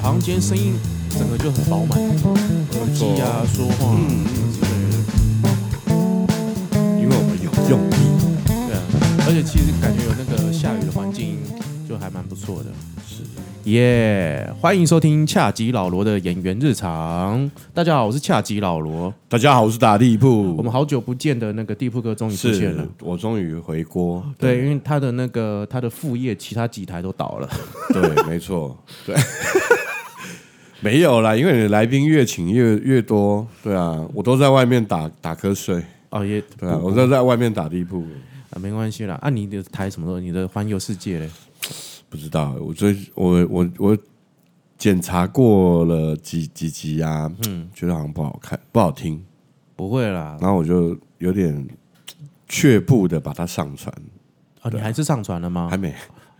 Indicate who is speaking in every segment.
Speaker 1: 房间声音整个就很饱满，耳机啊说话啊之类的。
Speaker 2: 因为我们有用力。
Speaker 1: 对啊，而且其实感觉有那个下雨的环境，就还蛮不错的。是，耶、欢迎收听恰吉老罗的演员日常。大家好，我是恰吉老罗。
Speaker 2: 大家好，我是打地
Speaker 1: 我
Speaker 2: 铺，
Speaker 1: 们好久不见的那个地铺哥终于出现了
Speaker 2: 是。我终于回锅。
Speaker 1: 对，因为他的那个他的副业，其他几台都倒了。
Speaker 2: 对，没错，对， 没有啦，因为你的来宾越请越越多，对啊，我都在外面打打瞌睡，
Speaker 1: 哦，也
Speaker 2: 对啊，我都在外面打地铺，
Speaker 1: 啊，没关系啦。啊，你的台什么时候？你的环游世界嘞？
Speaker 2: 不知道我最我我我检查过了几几集啊，嗯，觉得好像不好看，不好听，
Speaker 1: 不会啦，
Speaker 2: 然后我就有点却步的把它上传，
Speaker 1: 啊，你还是上传了吗
Speaker 2: 还？没，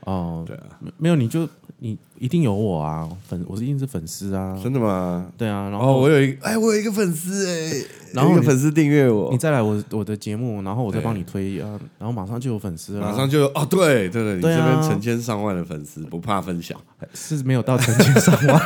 Speaker 1: 哦，
Speaker 2: 对啊，
Speaker 1: 没没有，你就你一定有我啊，粉，我是一定是粉丝啊。
Speaker 2: 真的吗？
Speaker 1: 对啊，然
Speaker 2: 然后
Speaker 1: 后
Speaker 2: 我有一个，哎，我有一个粉丝 哎，
Speaker 1: 然后
Speaker 2: 有一
Speaker 1: 你
Speaker 2: 个粉丝订阅我
Speaker 1: 你，再来我我的节目，然后我再帮你推啊，然后马上就有粉丝了，啊
Speaker 2: 马上就哦，对对对，你
Speaker 1: 对
Speaker 2: 这
Speaker 1: 啊
Speaker 2: 边成千上万的粉丝不怕分 享，
Speaker 1: 是没有到成千上 万，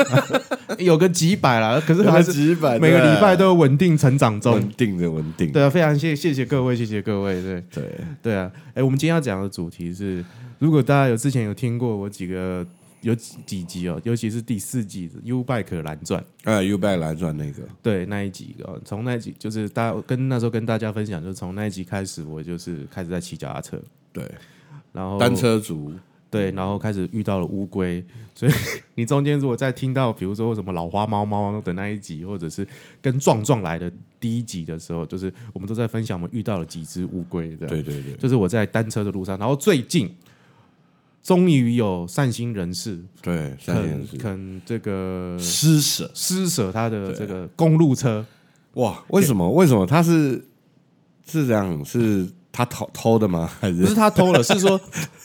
Speaker 1: 有个几百啦，可是还
Speaker 2: 有
Speaker 1: 是
Speaker 2: 几百，
Speaker 1: 每个
Speaker 2: 对啊
Speaker 1: 礼拜都有稳定成长中
Speaker 2: 稳。定的稳定，
Speaker 1: 对啊，非常谢谢谢各位，谢谢各位，对
Speaker 2: 对，
Speaker 1: 对啊，哎，我们今天要讲的主题是，如果大家有之前有听过我几个有几几集哦，尤其是第四季《U Bike 蓝钻》，
Speaker 2: 哎，U b a 蓝钻那个，
Speaker 1: 对那一集哦，从那一集就是大家跟那时候跟大家分享，就是从那一集开始，我就是开始在骑脚踏车，
Speaker 2: 对，
Speaker 1: 然后
Speaker 2: 单车族，
Speaker 1: 对，然后开始遇到了乌龟，所以你中间如果再听到，比如说什么老花猫猫的那一集，或者是跟壮壮来的第一集的时候，就是我们都在分享我们遇到了几只乌龟的，
Speaker 2: 对啊对对，
Speaker 1: 就是我在单车的路上，然后最近终于有善心人士
Speaker 2: 对，三
Speaker 1: 肯
Speaker 2: 件事，
Speaker 1: 肯这个
Speaker 2: 施舍，
Speaker 1: 施舍他的
Speaker 2: 啊
Speaker 1: 这个公路车，
Speaker 2: 哇，为什么？为什么他是是这样？是他偷偷的吗？还
Speaker 1: 不是
Speaker 2: 是
Speaker 1: 他偷了，是 说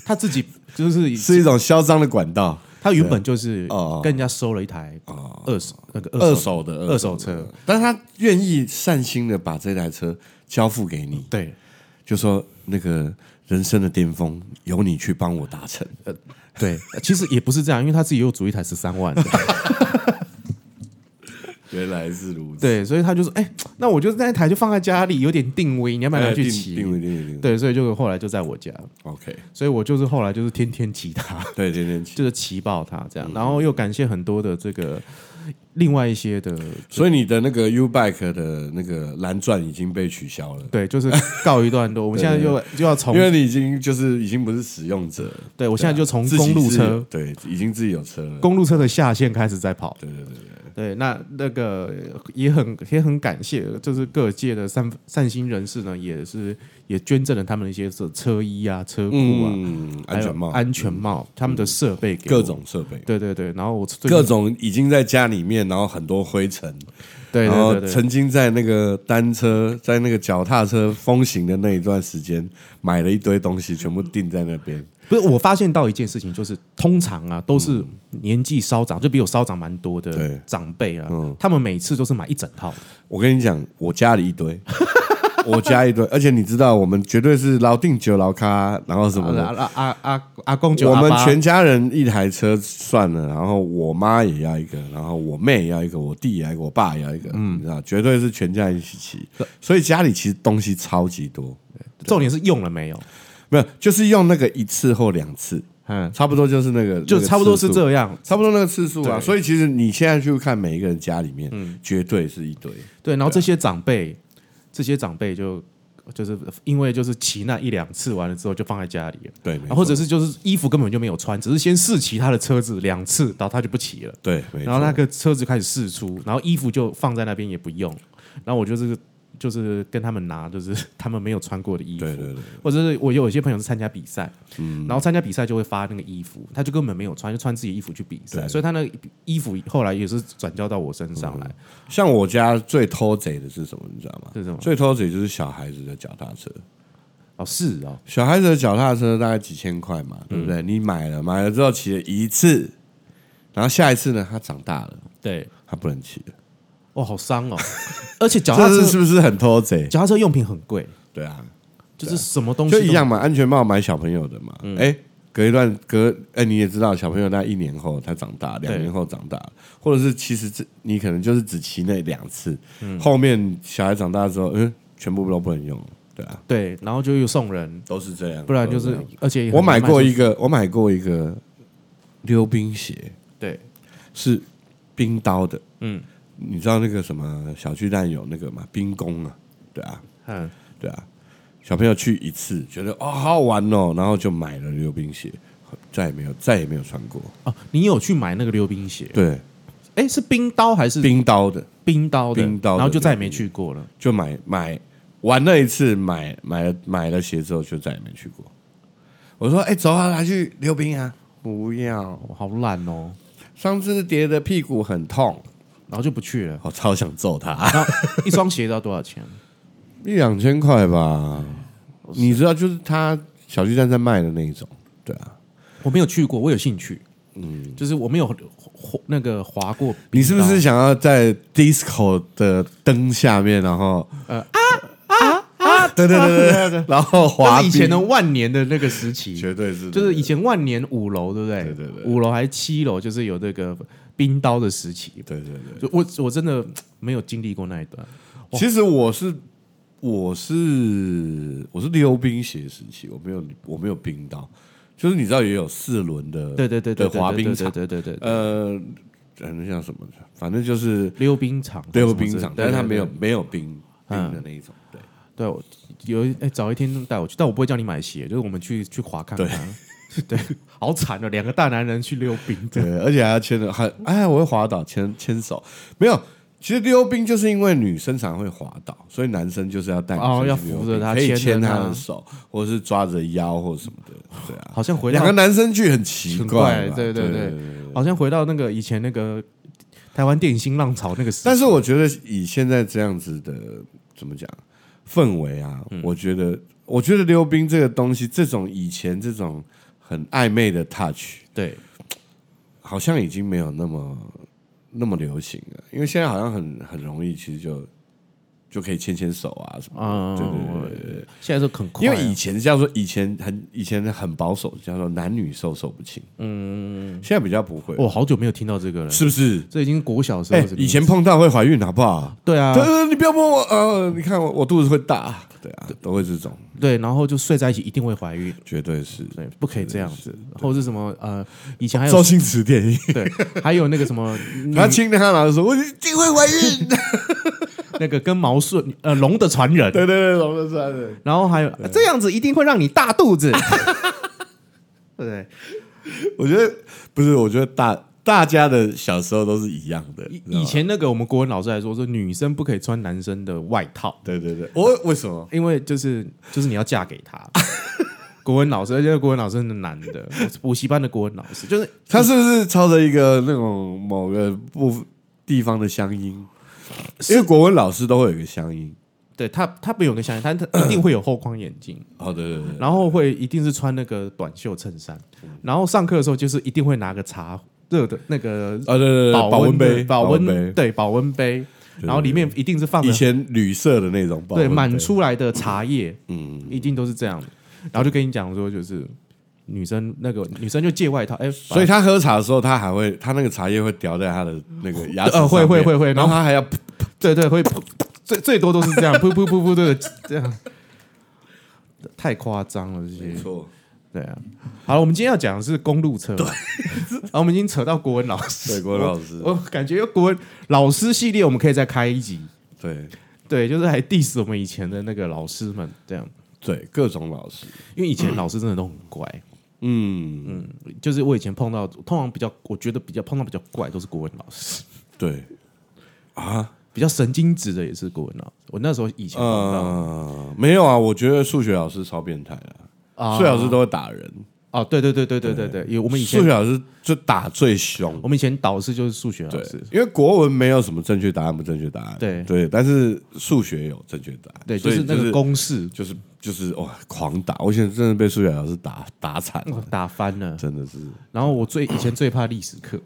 Speaker 1: 他自己就是
Speaker 2: 是一种嚣张的管道？
Speaker 1: 他原本就是
Speaker 2: 哦
Speaker 1: 跟人家收了一台
Speaker 2: 哦
Speaker 1: 二手那个
Speaker 2: 二
Speaker 1: 手
Speaker 2: 手的
Speaker 1: 二手车，
Speaker 2: 但是他愿意善心的把这台车交付给你，
Speaker 1: 对。
Speaker 2: 就说那个人生的巅峰由你去帮我达成。
Speaker 1: 对，其实也不是这样，因为他自己又组一台十三万 的，
Speaker 2: 原来是如此，
Speaker 1: 对，所以他就说，哎、那我就那一台就放在家里，有点定位，你要不要拿
Speaker 2: 哎
Speaker 1: 去
Speaker 2: 定
Speaker 1: 骑？
Speaker 2: 定位定位定位
Speaker 1: 对，所以就后来就在我家，
Speaker 2: ，OK，
Speaker 1: 所以我就是后来就是天天骑它，
Speaker 2: 对，天天骑。
Speaker 1: 就是骑爆它这
Speaker 2: 嗯
Speaker 1: 样，然后又感谢很多的这个另外一些的，
Speaker 2: 所以你的那个 U Bike 的那个蓝钻已经被取消了，
Speaker 1: 对，就是告一段落。我们现在又又要从
Speaker 2: 因，为你已经就是已经不是使用者，
Speaker 1: 对我现在就从
Speaker 2: 自
Speaker 1: 公
Speaker 2: 己
Speaker 1: 路
Speaker 2: 是有
Speaker 1: 车。
Speaker 2: 对，已经自己有车了。
Speaker 1: 公路车的下线开始在跑，
Speaker 2: 对对对对，
Speaker 1: 对，那那个也很也很感谢，就是各界的善善心人士呢，也是也捐赠了他们一些车车衣啊、车裤啊、
Speaker 2: 嗯，
Speaker 1: 还有
Speaker 2: 安全帽、嗯
Speaker 1: 安全帽、他们的设备给我
Speaker 2: 各，种设备，
Speaker 1: 对对对，然后我最近
Speaker 2: 各种已经在家里面，然后很多灰尘，
Speaker 1: 对
Speaker 2: 然后
Speaker 1: 对对对，
Speaker 2: 呃曾经在那个单车，在那个脚踏车风行的那一段时间，买了一堆东西，全部定在那边。
Speaker 1: 不是我发现到一件事情，就是通常啊都是年纪稍长，就比我稍长蛮多的
Speaker 2: 嗯对嗯
Speaker 1: 长辈啊，他们每次都是买一整套的，
Speaker 2: 我跟你讲，我家里一 堆，我家一堆，而且你知道，我们绝对是老定九老咖，然后什么的。
Speaker 1: 阿阿阿阿公九
Speaker 2: 嗯我
Speaker 1: 阿
Speaker 2: 们
Speaker 1: 八
Speaker 2: 全家人一台车算了，然后我妈也要一个，然后我妹也要一个，我弟也要一个，我爸也要一个，
Speaker 1: 嗯
Speaker 2: 你知道，绝对是全家一起骑，所以家里其实东西超级多，
Speaker 1: 重点是用了没有？
Speaker 2: 没有，就是用那个一次或两次，
Speaker 1: 嗯，
Speaker 2: 差不多就是那个，
Speaker 1: 就
Speaker 2: 那个
Speaker 1: 差不多是
Speaker 2: 次数
Speaker 1: 这样，
Speaker 2: 差不多那个次数啊。
Speaker 1: 对嗯
Speaker 2: 所以其实你现在去看每一个人家里面，绝对是一堆。
Speaker 1: 对，然后
Speaker 2: 啊
Speaker 1: 这些长辈，这些长辈就就是因为就是骑那一两次完了之后就放在家里了，
Speaker 2: 对，
Speaker 1: 啊
Speaker 2: 没
Speaker 1: 或
Speaker 2: 错
Speaker 1: 者是就是衣服根本就没有穿，只是先试骑他的车子两次，然后他就不骑了，
Speaker 2: 对，没
Speaker 1: 然后那
Speaker 2: 错。
Speaker 1: 个车子开始试出，然后衣服就放在那边也不用，然后我就是就是跟他们拿就是 他们没有穿过的衣服。
Speaker 2: 对对嗯对，
Speaker 1: 或者是我有一些朋友是参加比赛，然后参加比赛就会发那个衣服，他就根本没有穿，就穿自己衣服去比赛，
Speaker 2: 对
Speaker 1: 所以他那个衣服后来也是转交到我身上来，
Speaker 2: 嗯像我家最偷贼的是什么，你知道吗？
Speaker 1: 是什么？
Speaker 2: 最偷贼就是小孩子的脚踏车，
Speaker 1: 哦，是哦，
Speaker 2: 小孩子的脚踏车大概几千块嘛，
Speaker 1: 嗯
Speaker 2: 对不对？你买了，买了之后骑了一次，然后下一次呢，他长大了，
Speaker 1: 对，
Speaker 2: 他不能骑了。
Speaker 1: 哇，好伤哦！ 而且脚踏
Speaker 2: 这
Speaker 1: 车
Speaker 2: 是是不是很偷贼？
Speaker 1: 脚踏车用品很贵，
Speaker 2: 对啊，
Speaker 1: 就是什么东西
Speaker 2: 就
Speaker 1: 都
Speaker 2: 一样嘛，安全帽买小朋友的嘛，哎，隔一段隔，哎、你也知道，小朋友那一年后他长大，
Speaker 1: 对
Speaker 2: 两年后长大，或者是其实这你可能就是只骑那两次，后面小孩长大之后，嗯，全部都不能用了，对啊，
Speaker 1: 对，然后就又送人，
Speaker 2: 都是这样，
Speaker 1: 不然就
Speaker 2: 都
Speaker 1: 是
Speaker 2: 这样
Speaker 1: 而且也很
Speaker 2: 我买
Speaker 1: 难卖
Speaker 2: 过
Speaker 1: 出
Speaker 2: 一个，我买过一个溜冰鞋，
Speaker 1: 对，
Speaker 2: 是冰刀的，
Speaker 1: 嗯
Speaker 2: 你知道那个什么小巨蛋有那个嘛冰宫啊，对啊，
Speaker 1: 嗯，
Speaker 2: 对啊，小朋友去一次，觉得哦好好玩哦，然后就买了溜冰鞋，再也没有再也没有穿过。
Speaker 1: 哦，你有去买那个溜冰鞋？
Speaker 2: 对，
Speaker 1: 哎，是冰刀还是
Speaker 2: 冰刀的
Speaker 1: 冰刀的？
Speaker 2: 冰刀的
Speaker 1: 然后就再也没去过了。
Speaker 2: 就买买玩了一次，买买了买了鞋之后就再也没去过。我说哎、走啊，来去溜冰啊！不要，
Speaker 1: 我好懒哦，
Speaker 2: 上次跌的屁股很痛，
Speaker 1: 然后就不去了。
Speaker 2: 我哦超想揍他，
Speaker 1: 然后一双鞋子要多少钱？
Speaker 2: 一两千块吧。你知道，哦就是他小巨蛋在卖的那一种，对啊。
Speaker 1: 我没有去过，我有兴趣。嗯，就是我没有划那个划过冰刀。
Speaker 2: 你是不是想要在 disco 的灯下面，然后
Speaker 1: 呃
Speaker 2: 啊啊啊，对对对对对，然后
Speaker 1: 那
Speaker 2: 滑
Speaker 1: 是以
Speaker 2: 冰
Speaker 1: 前的万年的那个时期？
Speaker 2: 绝对是，
Speaker 1: 就是以前万年五楼，对不对？
Speaker 2: 对对对
Speaker 1: 五楼还七楼，就是有这个冰刀的时期。
Speaker 2: 对对对。
Speaker 1: 就我我真的没有经历过那一段。
Speaker 2: 其实我是我是我是溜冰鞋时期，我没有我没有冰刀，就是你知道也有四轮的，
Speaker 1: 对对对对，
Speaker 2: 的滑冰场，
Speaker 1: 对对对对，
Speaker 2: 呃，很像什么，反正就是
Speaker 1: 溜冰场，
Speaker 2: 溜冰场，
Speaker 1: 对对
Speaker 2: 但是它
Speaker 1: 对嗯
Speaker 2: 没有没有冰冰的那一种，对。
Speaker 1: 对，我有一哎、早一天带我去，但我不会叫你买鞋，就是我们去去滑看看。 对，好惨哦，两个大男人去溜冰，对，
Speaker 2: 对，而且还要牵着，还哎，我会滑倒，牵牵手，没有。其实溜冰就是因为女生常会滑倒，所以男生就是要带女
Speaker 1: 哦
Speaker 2: 生
Speaker 1: 要
Speaker 2: 去溜
Speaker 1: 扶
Speaker 2: 冰
Speaker 1: 着她
Speaker 2: 可以
Speaker 1: 牵着
Speaker 2: 牵
Speaker 1: 她
Speaker 2: 的手，或者是抓着腰或什么的。对啊，
Speaker 1: 好像回到
Speaker 2: 两个男生去很奇
Speaker 1: 很
Speaker 2: 怪
Speaker 1: 怪，
Speaker 2: 嘛，
Speaker 1: 对
Speaker 2: 对
Speaker 1: 对对，好像回到那个以前那个台湾电影新浪潮那个时期，
Speaker 2: 但是我觉得以现在这样子的怎么讲氛围啊，
Speaker 1: 嗯
Speaker 2: 我觉得我觉得溜冰这个东西，这种以前这种很暧昧的 touch，
Speaker 1: 对
Speaker 2: 好像已经没有那么那么流行了，因为现在好像很很容易，其实就就可以牵牵手啊什么的。
Speaker 1: 啊，
Speaker 2: 对
Speaker 1: 我
Speaker 2: 对对对对
Speaker 1: 现在是很快
Speaker 2: 因
Speaker 1: 啊，
Speaker 2: 为以前叫做以前很以前很保守，叫做男女授受不亲。嗯，现在比较不会，
Speaker 1: 我哦好久没有听到这个了，
Speaker 2: 是不是？
Speaker 1: 这已经国小时候
Speaker 2: 哎
Speaker 1: 的名字，
Speaker 2: 以前碰到会怀孕，好不好？
Speaker 1: 对啊
Speaker 2: 对，对，你不要摸我，呃，你看我我肚子会大，对啊，都会这种，
Speaker 1: 对，然后就睡在一起一定会怀孕，
Speaker 2: 绝对是。
Speaker 1: 对，不可以这样子，或者是什么呃，以前还有
Speaker 2: 周星驰电影，
Speaker 1: 对，还有那个什么
Speaker 2: 他亲他，然后说：“我一定会怀孕。
Speaker 1: 那个跟毛顺呃龙的传人”，
Speaker 2: 对对啊对，龙的传人。
Speaker 1: 然后还有这样子一定会让你大肚 子，
Speaker 2: 啊
Speaker 1: 对
Speaker 2: 我觉得不是，我觉得大大家的小时候都是一样的。
Speaker 1: 以
Speaker 2: 你知道吗
Speaker 1: 以前那个我们国文老师来说，说女生不可以穿男生的外套，
Speaker 2: 对对对，我为什么？
Speaker 1: 因为就是就是你要嫁给他。 国文老师，而且国文老师是男的，补习班的国文老师，就是
Speaker 2: 他是不是抄着一个那种某个部地方的乡音？因为国文老师都会有一个乡音。
Speaker 1: 对他他不用个想象，他他一定会有后框眼镜，
Speaker 2: 哦，对对对，
Speaker 1: 然后会一定是穿那个短袖衬衫，然后上课的时候就是一定会拿个茶热的那个
Speaker 2: 哦对对对，保
Speaker 1: 温
Speaker 2: 温
Speaker 1: 的
Speaker 2: 杯，
Speaker 1: 保
Speaker 2: 温
Speaker 1: 温。对保温杯，然后里面一定是放着
Speaker 2: 以前旅社的那种保温
Speaker 1: 对
Speaker 2: 杯
Speaker 1: 满出来的茶叶，嗯，一定都是这样的。然后就跟你讲说，就是女生那个女生就借外套，哎，
Speaker 2: 所以他喝茶的时候，他还会，他那个茶叶会掉在他的那个牙齿上
Speaker 1: 呃
Speaker 2: 面，
Speaker 1: 会会会会
Speaker 2: 然后他还要，
Speaker 1: 对对会最最多都是这样，噗噗噗噗对的这样，太夸张了这些。
Speaker 2: 错，
Speaker 1: 对啊，好了，我们今天要讲的是公路车，对，然后我们已经扯到国文老师，
Speaker 2: 对，国文老师，
Speaker 1: 我感觉国文老师系列我们可以再开一集，
Speaker 2: 对
Speaker 1: 对，就是还 diss 我们以前的那个老师们这样，
Speaker 2: 对，各种老师，
Speaker 1: 因为以前老师真的都很怪，
Speaker 2: 嗯，
Speaker 1: 就是我以前碰到通常比较，我觉得比较碰到比较怪都是国文老师，
Speaker 2: 对，啊，
Speaker 1: 比较神经质的也是国文老师。我那时候以前碰到
Speaker 2: 呃，没有啊，我觉得数学老师超变态的、
Speaker 1: 啊
Speaker 2: 数学老师都会打人。
Speaker 1: 哦，对对对对对对对，有我
Speaker 2: 我
Speaker 1: 们以
Speaker 2: 数学
Speaker 1: 前
Speaker 2: 老师就打最凶
Speaker 1: 我，们以前导师就是数学
Speaker 2: 对
Speaker 1: 老师，，
Speaker 2: 因为国文没有什么正确答案不正确答案，
Speaker 1: 对
Speaker 2: 对，但是数学有正确答案，
Speaker 1: 对，
Speaker 2: 所
Speaker 1: 就
Speaker 2: 以
Speaker 1: 是那个公式
Speaker 2: 就是就是哇，狂打！我现在真的被数学老师打打惨了，
Speaker 1: 打翻了，
Speaker 2: 真的是。
Speaker 1: 然后我最以前最怕历史课，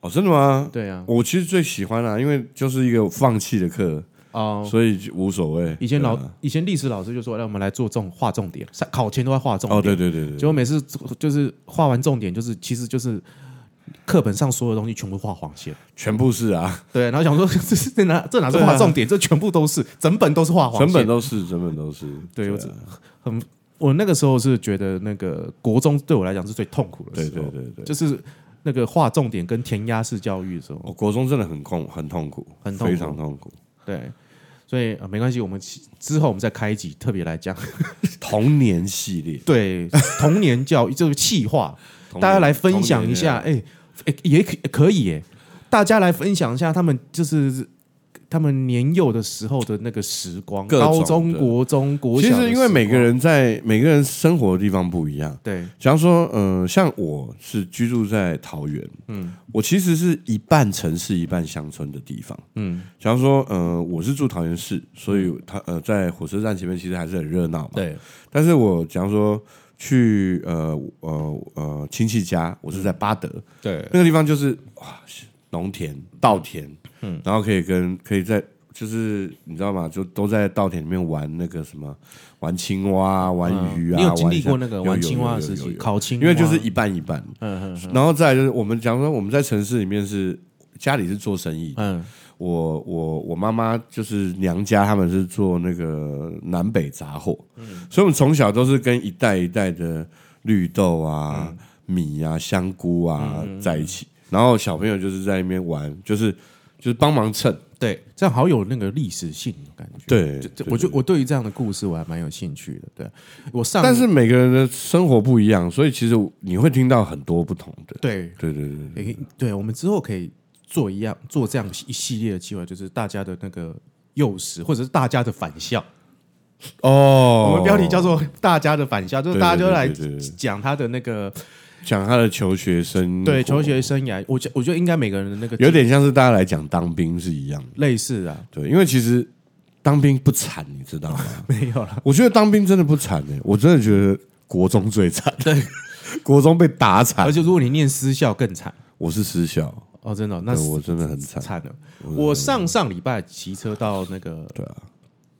Speaker 2: 哦，真的吗？
Speaker 1: 对啊，
Speaker 2: 啊我其实最喜欢啦、因为就是一个放弃的课，
Speaker 1: 哦、
Speaker 2: 所以就无所谓。
Speaker 1: 以前老、
Speaker 2: 对啊
Speaker 1: 以前历史老师就说，让我们来做重划重点，上考前都在划重点。
Speaker 2: 哦，对对对对
Speaker 1: 结
Speaker 2: 对，
Speaker 1: 果每次就是画完重点，就是其实就是课本上所有东西全部画黄线。
Speaker 2: 全部是啊，
Speaker 1: 对，然后想说 这是这哪这哪是画重点，这全部都是整本都是画黄线。
Speaker 2: 成本都是，成本都是。
Speaker 1: 对我
Speaker 2: 啊
Speaker 1: 很，我那个时候是觉得那个国中对我来讲是最痛苦的
Speaker 2: 对
Speaker 1: 时候，
Speaker 2: 对对对，
Speaker 1: 就是那个划重点跟填鸭式教育的时候。
Speaker 2: 我国中真的很痛，很痛苦，
Speaker 1: 很痛苦
Speaker 2: 非常痛苦。
Speaker 1: 对，所以、呃、没关系，我们其之后我们再开一集特别来 讲
Speaker 2: 童年系列，
Speaker 1: 对童年教育这个气话，
Speaker 2: 童 年
Speaker 1: 大家来分享一下，。哎、哎也可可以哎、大家来分享一下他们就是。他们年幼的时候的那个时光，
Speaker 2: 各种
Speaker 1: 高中、
Speaker 2: 的
Speaker 1: 国中、国
Speaker 2: 童
Speaker 1: 小
Speaker 2: 年
Speaker 1: 的时光，
Speaker 2: 其实因为每个人在每个人生活的地方不一样，
Speaker 1: 对
Speaker 2: 假如说，嗯、像我是居住在桃园，嗯，我其实是一半城市一半乡村的地方，嗯。假如说，呃，我是住桃园市，所以它呃在火车站前面其实还是很热闹嘛，
Speaker 1: 对
Speaker 2: 但是我假如说去呃呃呃亲戚家，我是在巴德、
Speaker 1: 对
Speaker 2: 那个地方，就是哇农田、稻田，嗯，然后可以跟可以在就是你知道吗？就都在稻田里面玩那个什么，玩青蛙、玩鱼啊。
Speaker 1: 嗯你有经
Speaker 2: 玩
Speaker 1: 历
Speaker 2: 一下
Speaker 1: 过那个
Speaker 2: 有
Speaker 1: 玩
Speaker 2: 有
Speaker 1: 青蛙的
Speaker 2: 有有
Speaker 1: 时
Speaker 2: 有
Speaker 1: 期，
Speaker 2: 有
Speaker 1: 烤青蛙，
Speaker 2: 因为就是一半一半。
Speaker 1: 嗯嗯
Speaker 2: 然后再来就是我们假如说我们在城市里面是家里是做生意，
Speaker 1: 嗯
Speaker 2: 我我我妈妈就是娘家，他们是做那个南北杂货，
Speaker 1: 嗯
Speaker 2: 所以我们从小都是跟一代一代的绿豆啊、
Speaker 1: 嗯
Speaker 2: 米啊、香菇啊、在一起，然后小朋友就是在那边玩，就是就是帮忙蹭，
Speaker 1: 对，这样好有那个历史性的感觉。
Speaker 2: 对
Speaker 1: 这，这
Speaker 2: 对
Speaker 1: 我就我对于这样的故事我还蛮有兴趣的。对我上，
Speaker 2: 但是每个人的生活不一样，所以其实你会听到很多不同的，
Speaker 1: 对，
Speaker 2: 对对对对
Speaker 1: 诶，对，我们之后可以做一样做这样一系列的计划，就是大家的那个幼时，或者是大家的返校。
Speaker 2: 哦
Speaker 1: 我们标题叫做“大家的返校”，就是
Speaker 2: 对
Speaker 1: 大家就来
Speaker 2: 对对对对对
Speaker 1: 讲他的那个
Speaker 2: 讲他的求学生，
Speaker 1: 对求。学生涯。我觉我觉得应该每个人的那个
Speaker 2: 有点像是大家来讲当兵是一样的，
Speaker 1: 类似啊，
Speaker 2: 对，因为其实当兵不惨，你知道吗？
Speaker 1: 没有了。
Speaker 2: 我觉得当兵真的不惨哎、我真的觉得国中最惨，对， 国中被打惨
Speaker 1: 而，且如果你念私校更惨
Speaker 2: 我是私校，
Speaker 1: 哦，真的哦、那
Speaker 2: 对
Speaker 1: 是
Speaker 2: 我真的很惨，
Speaker 1: 惨了。我上上礼拜骑车到那个
Speaker 2: 对啊，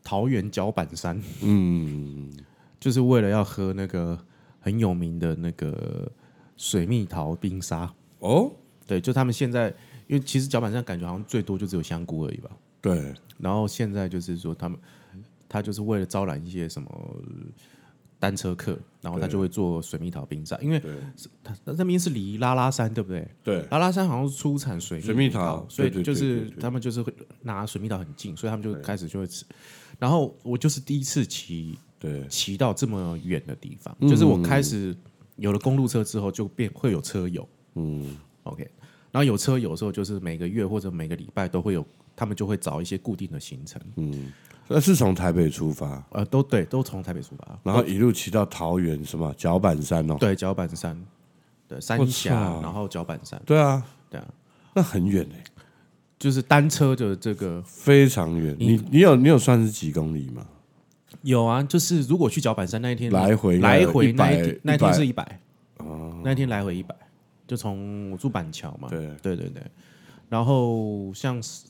Speaker 1: 桃园脚板山，
Speaker 2: 嗯，
Speaker 1: 就是为了要喝那个很有名的那个水蜜桃冰沙。
Speaker 2: 哦，
Speaker 1: 对，就他们现在，因为其实脚板上感觉好像最多就只有香菇而已吧。
Speaker 2: 对，
Speaker 1: 然后现在就是说他们，他就是为了招揽一些什么单车客，然后他就会做水蜜桃冰沙，因为是他那那边是离拉拉山对不对？
Speaker 2: 对，
Speaker 1: 拉拉山好像是出产水
Speaker 2: 水
Speaker 1: 蜜
Speaker 2: 蜜
Speaker 1: 桃
Speaker 2: 桃，
Speaker 1: 所以
Speaker 2: 对对
Speaker 1: 就
Speaker 2: 对
Speaker 1: 是
Speaker 2: 对对
Speaker 1: 他们就是会拿水蜜桃很近，所以他们就开始就会吃。然后我就是第一次骑
Speaker 2: 对，嗯
Speaker 1: 骑到这么远的地方，就是我开始有了公路车之后，就变会有车友。
Speaker 2: 嗯，
Speaker 1: OK，然后有车有时候就是每个月或者每个礼拜都会有，他们就会找一些固定的行程，
Speaker 2: 那是从台北出发，
Speaker 1: 呃，都对，都从台北出发，
Speaker 2: 然后一路骑到桃园，什么脚板山哦，
Speaker 1: 对，脚板山，对，
Speaker 2: 我
Speaker 1: 三峡，
Speaker 2: 操
Speaker 1: 然后脚板山，
Speaker 2: 对啊，
Speaker 1: 对啊，
Speaker 2: 那很远哎、
Speaker 1: 就是单车的这个
Speaker 2: 非常远。你你有你有算是几公里吗？
Speaker 1: 有啊，就是如果去脚板山那一天
Speaker 2: 来回应该
Speaker 1: 来
Speaker 2: 有
Speaker 1: 回那一
Speaker 2: 100
Speaker 1: 天那一天
Speaker 2: 100
Speaker 1: 是一百，那一天来回一百，就从我住板桥嘛，
Speaker 2: 对，
Speaker 1: 对对对，然后像是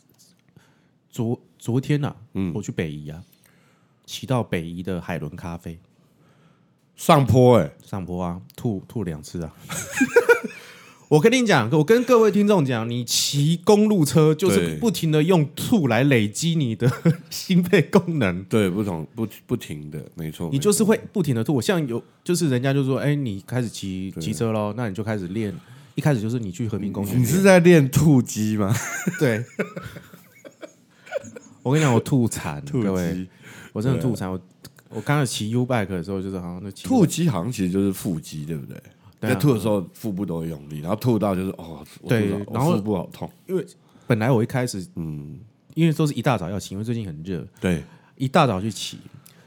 Speaker 1: 昨昨天呐、啊，我去北宜啊，骑到北宜的海伦咖啡。
Speaker 2: 上坡哎、
Speaker 1: 上坡啊，吐吐两次啊。 我跟你讲，我跟各位听众讲，你骑公路车就是
Speaker 2: 对
Speaker 1: 不停的用吐来累积你的心肺功能，
Speaker 2: 对，不同不不停的，没错，
Speaker 1: 你
Speaker 2: 没错
Speaker 1: 就是会不停的吐。像有就是人家就说，哎、你开始骑骑车喽，那你就开始练。一开始就是你去和平公园
Speaker 2: 你
Speaker 1: 练，
Speaker 2: 是在练兔肌吗？
Speaker 1: 对。我跟你讲，我吐惨，
Speaker 2: 兔
Speaker 1: 各位，
Speaker 2: 肌，
Speaker 1: 我真的吐惨。我我刚才骑 U bike 的时候，就是好像就骑
Speaker 2: 吐肌好像其实就是腹肌，对不对？
Speaker 1: 对啊
Speaker 2: 在吐的时候，腹部都会用力，然后吐到就是哦，我
Speaker 1: 对
Speaker 2: 吐到我
Speaker 1: 然后
Speaker 2: 腹部好痛，
Speaker 1: 本来我一开始，嗯，因为都是一大早要骑，因为最近很热，
Speaker 2: 对
Speaker 1: 一大早去骑，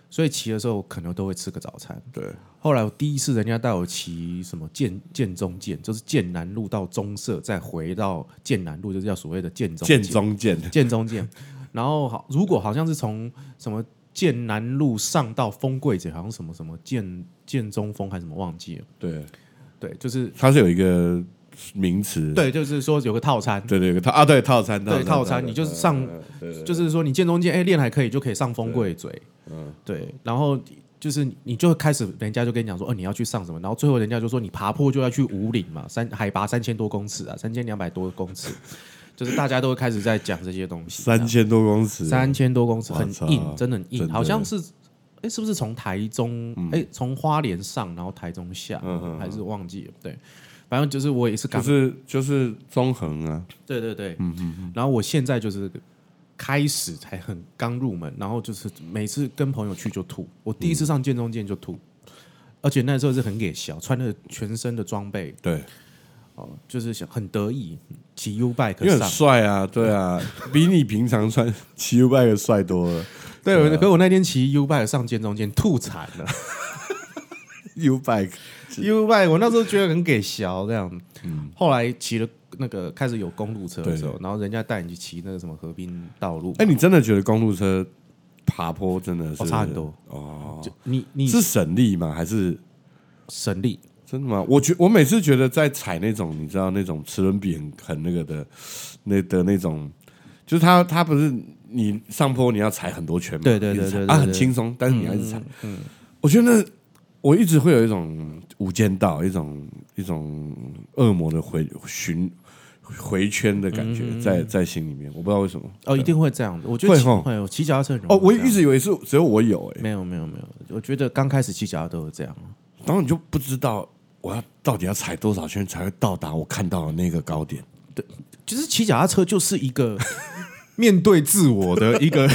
Speaker 1: 所以骑的时候可能都会吃个早餐。
Speaker 2: 对，
Speaker 1: 后来我第一次人家带我骑什么建建中建，就是建南路到中社，再回到建南路，就是叫所谓的建中
Speaker 2: 剑中剑，
Speaker 1: 建中建。然后好，如果好像是从什么建南路上到丰贵街，好像什么什么建建中峰还是什么忘记了。
Speaker 2: 对，
Speaker 1: 对，就是
Speaker 2: 它是有一个名词。
Speaker 1: 对，就是说有个套餐，
Speaker 2: 对对，有个套啊，对套餐，
Speaker 1: 对套餐，你就是上，
Speaker 2: 对对
Speaker 1: 就是说你剑中剑，哎，练还可以，就可以上风贵嘴，嗯，对，然后就是你就开始，人家就跟你讲说，哦，你要去上什么，然后最后人家就说你爬坡就要去五岭嘛，三海拔三千多公尺啊，三千两百多公 尺，就是大家都会开始在讲这些东西，
Speaker 2: 三千多公尺，
Speaker 1: 三千多公尺，
Speaker 2: 我
Speaker 1: 很
Speaker 2: 操
Speaker 1: 硬，真的很硬，
Speaker 2: 真的嗯
Speaker 1: 好像是，哎，是不是从台中，哎，从花莲上，然后台中下，还是忘记了，对。反正就是我也是
Speaker 2: 就
Speaker 1: 感
Speaker 2: 嗯是就是中横啊，
Speaker 1: 对对对，嗯嗯。然后我现在就是开始才很刚入门，然后就是每次跟朋友去就吐，我第一次上剑中剑就吐，而且那时候是很给小，穿着全身的装备
Speaker 2: 对，
Speaker 1: 哦，就是想很得意骑 U bike
Speaker 2: 因为很
Speaker 1: 上。
Speaker 2: 帅啊，对啊， 比你平常穿骑 U bike 帅多了
Speaker 1: 对，我可我那天骑 U bike 上剑中剑吐惨了
Speaker 2: ，U bike
Speaker 1: ，U bike 我那时候觉得很给小这样，
Speaker 2: 嗯
Speaker 1: 后来骑了。那个开始有公路车的时候，然后人家带你去骑那个什么河滨道路，
Speaker 2: 哎、你真的觉得公路车爬坡真的是、
Speaker 1: 哦差很多
Speaker 2: 哦？
Speaker 1: 就你你
Speaker 2: 是省力吗？还是
Speaker 1: 省力，
Speaker 2: 真的吗？我觉我每次觉得在踩那种你知道那种齿轮比很很那个的那的那种，就是它它不是你上坡你要踩很多圈嘛，
Speaker 1: 对对
Speaker 2: 一直
Speaker 1: 对
Speaker 2: 踩
Speaker 1: 对对
Speaker 2: 啊
Speaker 1: 对嗯
Speaker 2: 很轻松，但是你要一直踩。我觉得我一直会有一种无间道，一种一种恶魔的回循回圈的感
Speaker 1: 嗯
Speaker 2: 觉在在心里面，我不知道为什么。
Speaker 1: 哦，一定会这样子。我觉得
Speaker 2: 会
Speaker 1: 骑
Speaker 2: 吼
Speaker 1: 会，我骑脚踏车很容易
Speaker 2: 哦，我
Speaker 1: 这样
Speaker 2: 一直以为是只有我有哎、
Speaker 1: 没有没有没有，我觉得刚开始骑脚踏都是这样。啊
Speaker 2: 然后你就不知道我要到底要踩多少圈才会到达我看到的那个高点。
Speaker 1: 其实骑脚踏车就是一个 面对自我的一 个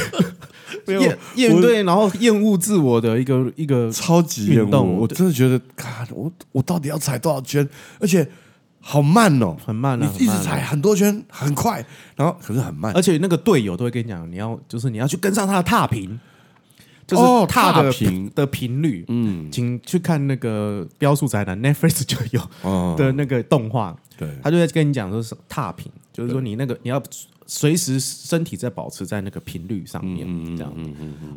Speaker 1: 厌厌对，然后厌恶自我的一个一个
Speaker 2: 超级厌
Speaker 1: 运
Speaker 2: 恶，
Speaker 1: 动
Speaker 2: 我真的觉得，看我我到底要踩多少圈，而且好慢哦，
Speaker 1: 很慢
Speaker 2: 你
Speaker 1: 啊，很
Speaker 2: 一
Speaker 1: 慢
Speaker 2: 直
Speaker 1: 啊呃
Speaker 2: 踩。很多圈，很快，然后可是很慢。
Speaker 1: 而且那个队友都会跟你讲，你要就是你要去跟上他的踏频，就
Speaker 2: 哦
Speaker 1: 是踏的
Speaker 2: 踏频
Speaker 1: 的频率。嗯，请去看那个《标速宅男》Netflix 就有
Speaker 2: 哦，
Speaker 1: 的那个动画，
Speaker 2: 对，
Speaker 1: 他就在跟你讲说是踏频，就是说你那个你要随时身体在保持在那个频率上面，
Speaker 2: 嗯
Speaker 1: 这样。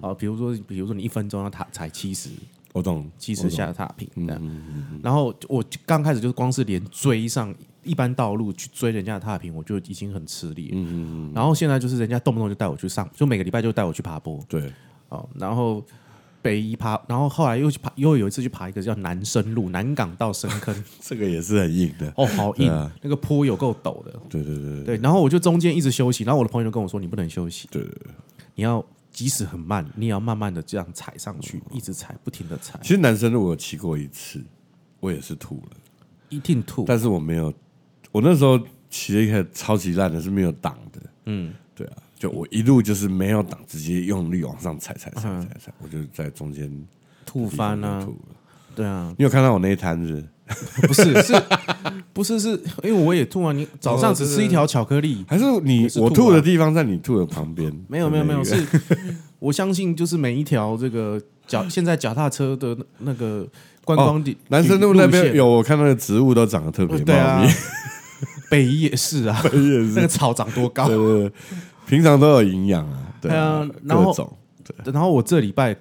Speaker 1: 啊，比如说比如说你一分钟要踏踩七十
Speaker 2: 我懂，
Speaker 1: 七
Speaker 2: 我
Speaker 1: 十
Speaker 2: 懂，嗯
Speaker 1: 下踏频这样。然后我刚开始就是光是连追上一般道路去追人家的踏频，我就已经很吃力了。
Speaker 2: 嗯
Speaker 1: 然后现在就是人家动不动就带我去上，就每个礼拜就带我去爬坡
Speaker 2: 对，
Speaker 1: 哦，然后。北一爬，然后后来又去爬，又有一次去爬一个叫南深路，南港到深坑，
Speaker 2: 这个也是很硬的。
Speaker 1: 哦，好硬，那个坡有够陡的，
Speaker 2: 啊对对对
Speaker 1: 对，然后我就中间一直休息，然后我的朋友就跟我说：“你不能休息，
Speaker 2: 对对，
Speaker 1: 你要即使很慢，你也要慢慢的这样踩上去，一直踩，不停的踩
Speaker 2: 哦其，实男生如果有骑过一次，我也是吐了，
Speaker 1: 一定吐。
Speaker 2: 但是我没有，我那时候骑了一个超级烂的，是没有挡的。嗯，对啊，就我一路就是没有挡，直接用力往上踩踩踩踩踩，我就在中间”
Speaker 1: 吐嗯翻啊
Speaker 2: 吐！了。
Speaker 1: 对啊，
Speaker 2: 你有看到我那一摊是不是？
Speaker 1: 不是是， 不是是因为我也吐啊！
Speaker 2: 哦
Speaker 1: 你早上只吃一条巧克力，
Speaker 2: 还是你
Speaker 1: 也是吐啊
Speaker 2: 我吐的地方在你吐的旁边？
Speaker 1: 没有没有没有，
Speaker 2: 对
Speaker 1: 是我相信就是每一条这个 脚现在脚踏车的那个观光地，
Speaker 2: 南深哦路那边
Speaker 1: 线，
Speaker 2: 有我看到的植物都长得特别
Speaker 1: 对
Speaker 2: 茂
Speaker 1: 啊
Speaker 2: 密，，
Speaker 1: 北宜也是 啊， 那个草长多高
Speaker 2: 对，对对，平常都有营养啊，对啊，
Speaker 1: 哦对啊然后
Speaker 2: 各种，
Speaker 1: 然后我这礼拜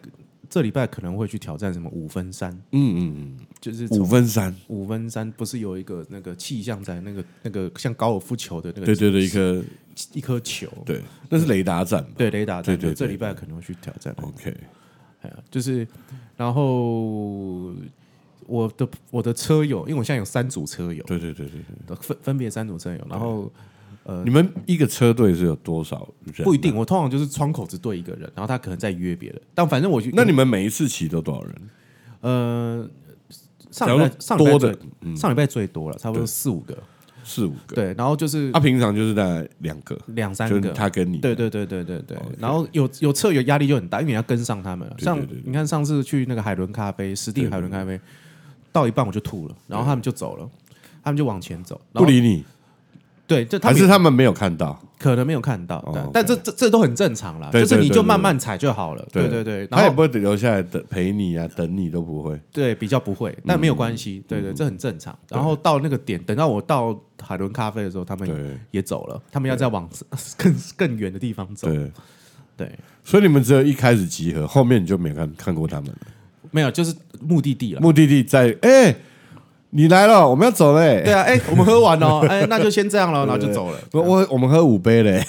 Speaker 1: 这礼拜可能会去挑战什么五分山，
Speaker 2: 嗯嗯嗯，
Speaker 1: 就是
Speaker 2: 五分山，
Speaker 1: 五分山不是有一个那个气象在那个那个像高尔夫球的那个
Speaker 2: 对对对，一颗
Speaker 1: 一颗球，
Speaker 2: 对，那是雷达站吧
Speaker 1: 对雷达站的，
Speaker 2: 对对对哦
Speaker 1: 这礼拜可能会去挑战，
Speaker 2: ，OK，
Speaker 1: 哎呀，就是然后。我的我的车友，因为我现在有三组车友，
Speaker 2: 对对对对对，
Speaker 1: 分分别三组车友，然后
Speaker 2: 你们一个车队是有多少人？
Speaker 1: 呃不一定，我通常就是窗口只对一个人，然后他可能在约别人，但反正我就
Speaker 2: 那你们每一次骑都多少人？
Speaker 1: 呃上
Speaker 2: 假
Speaker 1: 礼
Speaker 2: 如
Speaker 1: 拜上礼拜
Speaker 2: 多的嗯
Speaker 1: 最上礼拜最多了，差不多四五个，
Speaker 2: 四五个，
Speaker 1: 对，然后就是
Speaker 2: 他平常就是大概两个，
Speaker 1: 两三
Speaker 2: 就是
Speaker 1: 个，
Speaker 2: 他哦跟你，
Speaker 1: 对对对对对对，然后有有策有压力就很大，因为你要跟上他们了。
Speaker 2: 对
Speaker 1: 像
Speaker 2: 对对对
Speaker 1: 你看上次去那个海伦咖啡，实地海伦咖啡，到一半我就吐了，然后他们就走了，他们就往前走，然后
Speaker 2: 不理你，
Speaker 1: 对，这他
Speaker 2: 还
Speaker 1: 们
Speaker 2: 是他们没有看到？
Speaker 1: 可能没有看到，对
Speaker 2: OK
Speaker 1: 但这这这都很正常啦，
Speaker 2: 对
Speaker 1: 就
Speaker 2: 对
Speaker 1: 是你
Speaker 2: 对
Speaker 1: 就
Speaker 2: 对
Speaker 1: 慢慢踩就好了，对对对，
Speaker 2: 他也
Speaker 1: 然
Speaker 2: 不
Speaker 1: 后
Speaker 2: 会留下来等陪你啊，等你都不会。
Speaker 1: 对比较不会，
Speaker 2: 嗯
Speaker 1: 但没有关系，对对，这很正常。然后到那个点，等到我到海伦咖啡的时候，他们
Speaker 2: 对
Speaker 1: 也走了，他们要再往 更更远的地方走，
Speaker 2: 对，
Speaker 1: 对，
Speaker 2: 所以你们只有一开始集合，后面你就没看看过他们了。啊
Speaker 1: 没有，就是目的地了。
Speaker 2: 目的地在哎、你来了，我们要走嘞、
Speaker 1: 对啊，哎、我们喝完 了，哎、那就先这样了，然后就走了。
Speaker 2: 我我我们喝五杯嘞、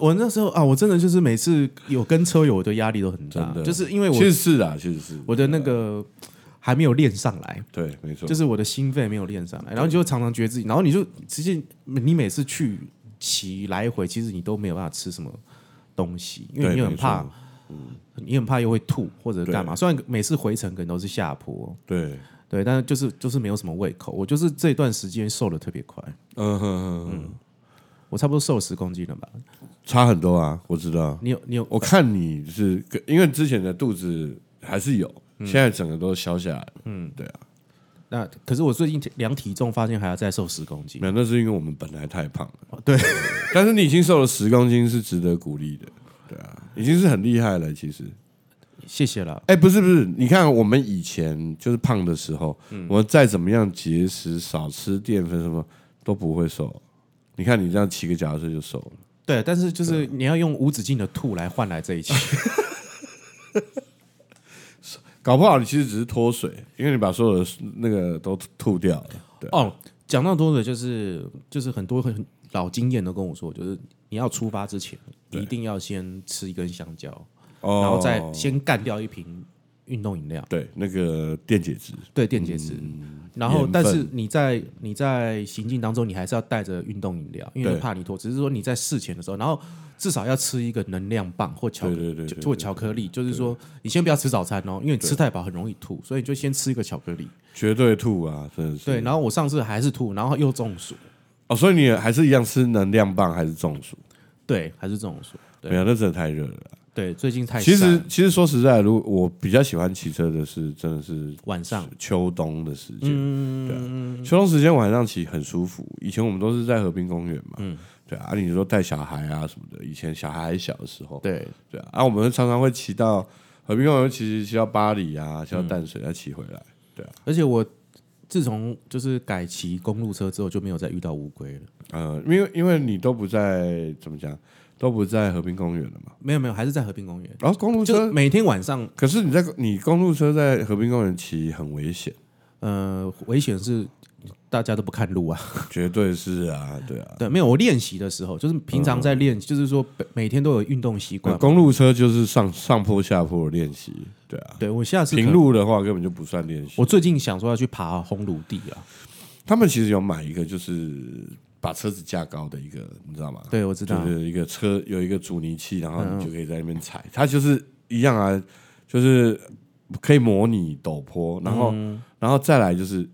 Speaker 1: 我那时候啊，我真的就是每次有跟车友，我的压力都很大
Speaker 2: 真，的
Speaker 1: 就是因为我
Speaker 2: 其实是啊，其实是
Speaker 1: 我的那个还没有练上来，
Speaker 2: 对，没错，
Speaker 1: 就是我的心肺没有练上来，然后你就常常觉得自己，然后你就其实你每次去骑来回，其实你都没有办法吃什么东西，因为
Speaker 2: 对
Speaker 1: 你很
Speaker 2: 没错
Speaker 1: 怕，你很怕又会吐或者干嘛。虽然每次回程可能都是下坡，
Speaker 2: 对，
Speaker 1: 对，但是就是就是没有什么胃口。我就是这段时间瘦的特别快，
Speaker 2: 嗯哼哼哼，
Speaker 1: 我差不多瘦十公斤了吧？
Speaker 2: 差很多啊，我知道。
Speaker 1: 你有你有
Speaker 2: 我看你是跟，因为之前的肚子还是有，现在整个都消下来了。嗯，对啊，
Speaker 1: 那可是我最近量体重发现还要再瘦十公斤
Speaker 2: 没，有，那是因为我们本来太胖了。
Speaker 1: 对，
Speaker 2: 但是你已经瘦了十公斤，是值得鼓励的。对啊，已经是很厉害了，其实。
Speaker 1: 谢谢了。
Speaker 2: 哎、不是不是，你看我们以前就是胖的时候，
Speaker 1: 嗯
Speaker 2: 我再怎么样节食、少吃淀粉什么都不会瘦。你看你这样骑个脚踏车就瘦了。
Speaker 1: 对，啊但是就是你要用无止境的吐来换来这 一切。
Speaker 2: 搞不好你其实只是脱水，因为你把所有的那个都吐掉了。对，
Speaker 1: 哦，讲到多的，就是就是很多很老经验都跟我说，就是你要出发之前，一定要先吃一根香蕉，
Speaker 2: 哦
Speaker 1: 然后再先干掉一瓶运动饮料，
Speaker 2: 对那个电解质，
Speaker 1: 对电解质。然后
Speaker 2: 嗯盐，
Speaker 1: 但是你在你在行进当中，你还是要带着运动饮料，因为
Speaker 2: 对
Speaker 1: 怕你脱。只是说你在事前的时候，然后至少要吃一个能量棒或巧克
Speaker 2: 对对对对
Speaker 1: 或巧克力，就是说你先不要吃早餐哦，因为你吃太饱很容易吐，所以你就先吃一个巧克力。
Speaker 2: 绝对吐啊，真的是。
Speaker 1: 对，然后我上次还是吐，然后又中暑，
Speaker 2: 哦，所以你还是一样吃能量棒，还是中暑？
Speaker 1: 对，还是中暑。对
Speaker 2: 没有，那真的太热了。
Speaker 1: 对，最近太
Speaker 2: 其
Speaker 1: 晒
Speaker 2: 实
Speaker 1: 了
Speaker 2: 其实说实在，如果我比较喜欢骑车的是，真的是
Speaker 1: 晚上
Speaker 2: 秋冬的时间，对啊，秋冬时间晚上骑很舒服。以前我们都是在和平公园嘛，对啊，啊你说带小孩啊什么的，以前小孩还小的时候，
Speaker 1: 对
Speaker 2: 对啊，啊我们常常会骑到和平公园，骑骑到巴黎啊，骑到淡水，再骑回来。
Speaker 1: 而且我自从就是改骑公路车之后，就没有再遇到乌龟了。
Speaker 2: 呃，因为因为你都不在怎么讲，都不在和平公园了嘛。
Speaker 1: 没有没有，还是在和平公园，
Speaker 2: 然后公路
Speaker 1: 就是
Speaker 2: 车，
Speaker 1: 每天晚上，
Speaker 2: 可是你在你公路车在和平公园骑很危险，
Speaker 1: 呃，危险是大家都不看路啊。
Speaker 2: 绝对是啊，对啊。
Speaker 1: 对，没有我练习的时候，就是平常在
Speaker 2: 嗯
Speaker 1: 练，就是说每每天都有运动习惯。
Speaker 2: 公路车就是上上坡下坡的练习，对啊。
Speaker 1: 对我下次可
Speaker 2: 平，路的话根本就不算练习。
Speaker 1: 我最近想说要去爬红炉地啊。
Speaker 2: 他们其实有买一个，就是把车子架高的一个，你知道吗？
Speaker 1: 对，我知道
Speaker 2: 就。是一个车有一个阻尼器，然后你就可以在那边踩。
Speaker 1: 嗯
Speaker 2: 它就是一样啊，就是可以模拟陡坡，然后、
Speaker 1: 嗯
Speaker 2: 然后再来就是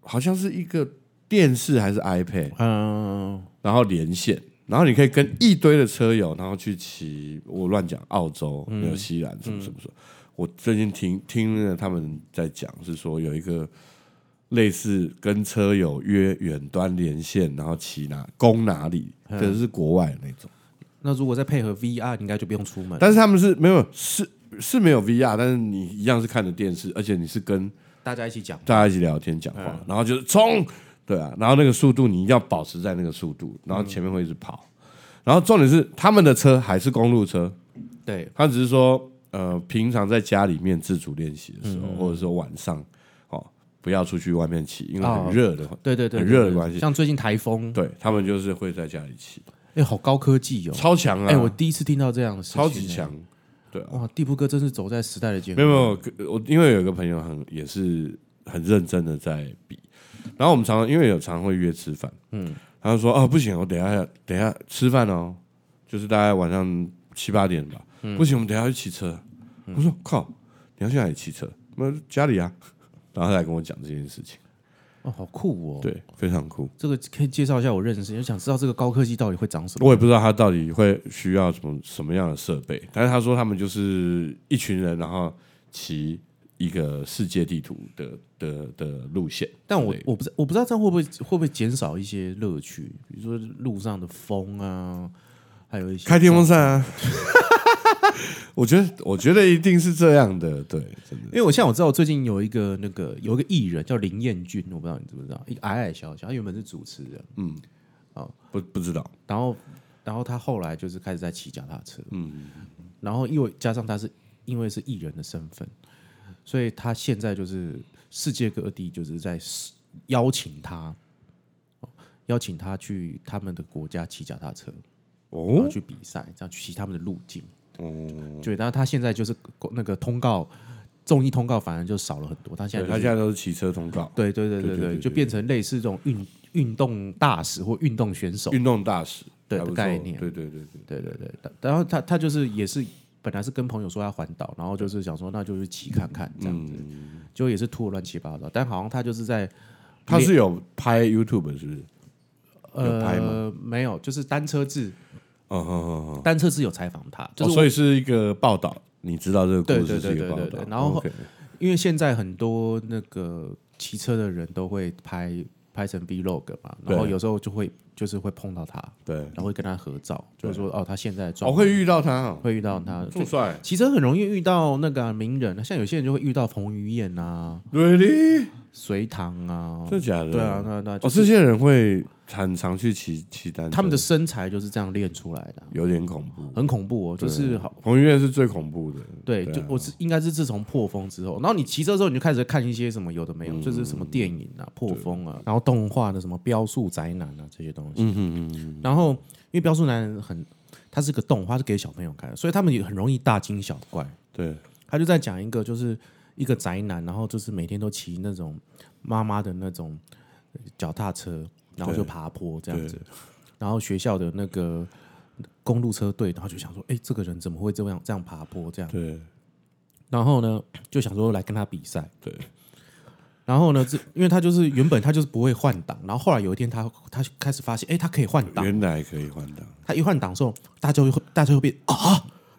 Speaker 2: 好像是一个电视还是 iPad，
Speaker 1: 嗯，
Speaker 2: 然后连线，然后你可以跟一堆的车友，然后去骑，我乱讲，澳洲、纽西兰什么什么什么。我最近听听了他们在讲，是说有一个类似跟车友约远端连线，然后骑哪攻哪里，可能是国外的那种。
Speaker 1: 那如果再配合 VR，应该就不用出门。
Speaker 2: 但是他们是没有是是没有 VR，但是你一样是看着电视，而且你是跟
Speaker 1: 大家一起讲。
Speaker 2: 大家一起聊天讲话，
Speaker 1: 嗯
Speaker 2: 然后就是冲，对啊，然后那个速度你一定要保持在那个速度，然后前面会一直跑。
Speaker 1: 嗯
Speaker 2: 然后重点是他们的车还是公路车，
Speaker 1: 对，
Speaker 2: 他只是说呃，平常在家里面自主练习的时候，
Speaker 1: 嗯
Speaker 2: 或者说晚上哦，不要出去外面骑，因为
Speaker 1: 哦
Speaker 2: 很热的话，
Speaker 1: 对对对，
Speaker 2: 很
Speaker 1: 对
Speaker 2: 热的
Speaker 1: 对
Speaker 2: 关系
Speaker 1: 像最近台风，
Speaker 2: 对他们就是会在家里骑，
Speaker 1: 哎，好高科技哦。
Speaker 2: 超强啊，
Speaker 1: 哎、我第一次听到这样的事情、
Speaker 2: 超级强，对啊
Speaker 1: 哎！，哇，地铺哥真是走在时代的尖
Speaker 2: 没有
Speaker 1: 端。
Speaker 2: 没有，可我因为有一个朋友很也是很认真的在比，然后我们常常因为有常会约吃饭，嗯，他就说哦不行，我等一下等一下吃饭哦，就是大概晚上七八点吧，不行，我们等一下去骑车。我说靠，你要去哪里骑车？我说家里啊，然后他来跟我讲这件事情，
Speaker 1: 哦，好酷哦。，
Speaker 2: 对，非常酷。
Speaker 1: 这个可以介绍一下我认识，就想知道这个高科技到底会长什么。
Speaker 2: 我也不知道他到底会需要什么什么样的设备，但是他说他们就是一群人，然后骑一个世界地图的的的路线。
Speaker 1: 但我
Speaker 2: 对
Speaker 1: 我不知我不知道这样会不会会不会减少一些乐趣，比如说路上的风啊，还有一些
Speaker 2: 开电风扇啊， 我觉得我觉得一定是这样的，对，真的
Speaker 1: 因为我像我知道，我最近有一个那个有一个艺人叫林彦俊，我不知道你知不知道，一个矮矮小小，他原本是主持人，
Speaker 2: 不不知道，
Speaker 1: 然后然后他后来就是开始在骑脚踏车，嗯，然后因为加上他是因为是艺人的身份，所以他现在就是世界各地就是在 s- 邀请他，哦邀请他去他们的国家骑脚踏车，然后
Speaker 2: 哦
Speaker 1: 去比赛，这样去骑他们的路径。哦，对，但他现在就是那个通告，综艺通告反而就少了很多。他现
Speaker 2: 对
Speaker 1: 在
Speaker 2: 他
Speaker 1: 就是
Speaker 2: 现在都是骑车通告，
Speaker 1: 对对对
Speaker 2: 对
Speaker 1: 对
Speaker 2: 对
Speaker 1: 对，
Speaker 2: 对
Speaker 1: 就变成类似这种运运动大使或运动选手。
Speaker 2: 运动大使
Speaker 1: 对
Speaker 2: 还不错
Speaker 1: 概念
Speaker 2: 对对对
Speaker 1: 对
Speaker 2: 对，
Speaker 1: 对对，但然后他他就是也是本来是跟朋友说要环岛，然后就是想说那就是骑看看这样子，
Speaker 2: 嗯
Speaker 1: 就也是吐的乱七八糟。但好像他就是在
Speaker 2: 他是有拍 YouTube 是不是？有拍吗
Speaker 1: 呃没有，就是单车志
Speaker 2: 哦哦哦哦，
Speaker 1: 单车志有采访他，就
Speaker 2: 哦
Speaker 1: 是我、
Speaker 2: 所以是一个报道，你知道这个故
Speaker 1: 对
Speaker 2: 事
Speaker 1: 对对
Speaker 2: 是一个
Speaker 1: 对
Speaker 2: 报
Speaker 1: 对
Speaker 2: 道哦
Speaker 1: 对，然后
Speaker 2: OK
Speaker 1: 因为现在很多那个骑车的人都会拍拍成 vlog 嘛，然后
Speaker 2: 对
Speaker 1: 有时候就会就是会碰到他，
Speaker 2: 对，
Speaker 1: 然后会跟他合照，就是说哦他现在的状
Speaker 2: 我
Speaker 1: 态、
Speaker 2: 会遇到他哦，
Speaker 1: 会遇到他，
Speaker 2: 这么帅
Speaker 1: 骑车很容易遇到那个啊、名人，像有些人就会遇到彭于晏啊。
Speaker 2: ，Really？
Speaker 1: 隋唐啊，
Speaker 2: 真的假的？
Speaker 1: 对啊，，那那就
Speaker 2: 哦，
Speaker 1: 是
Speaker 2: 这些人会很常去骑骑单车，
Speaker 1: 他们的身材就是这样练出来的啊，
Speaker 2: 有点恐怖。
Speaker 1: 很恐怖哦，就是好。
Speaker 2: 彭于晏是最恐怖的，
Speaker 1: 对，
Speaker 2: 对啊
Speaker 1: 就我是应该是自从破风之后，然后你骑车之后你就开始看一些什么有的没有，就是什么电影啊、破风啊，然后动画的什么标速宅男啊这些东西。嗯嗯嗯。然后因为标速男很，它是个动画，是给小朋友看的，所以他们也很容易大惊小怪。
Speaker 2: 对，
Speaker 1: 他就在讲一个就是一个宅男，然后就是每天都骑那种妈妈的那种呃脚踏车，然后就爬坡这样子，然后学校的那个公路车队，然后就想说，哎、这个人怎么会这样这样爬坡这样？
Speaker 2: 对，
Speaker 1: 然后呢，就想说来跟他比赛。
Speaker 2: 对。
Speaker 1: 然后呢，这因为他就是原本他就是不会换挡，然后后来有一天他他开始发现，哎、他可以换挡。
Speaker 2: 原来可以换挡，
Speaker 1: 他一换挡之后，大家就会大家会变啊，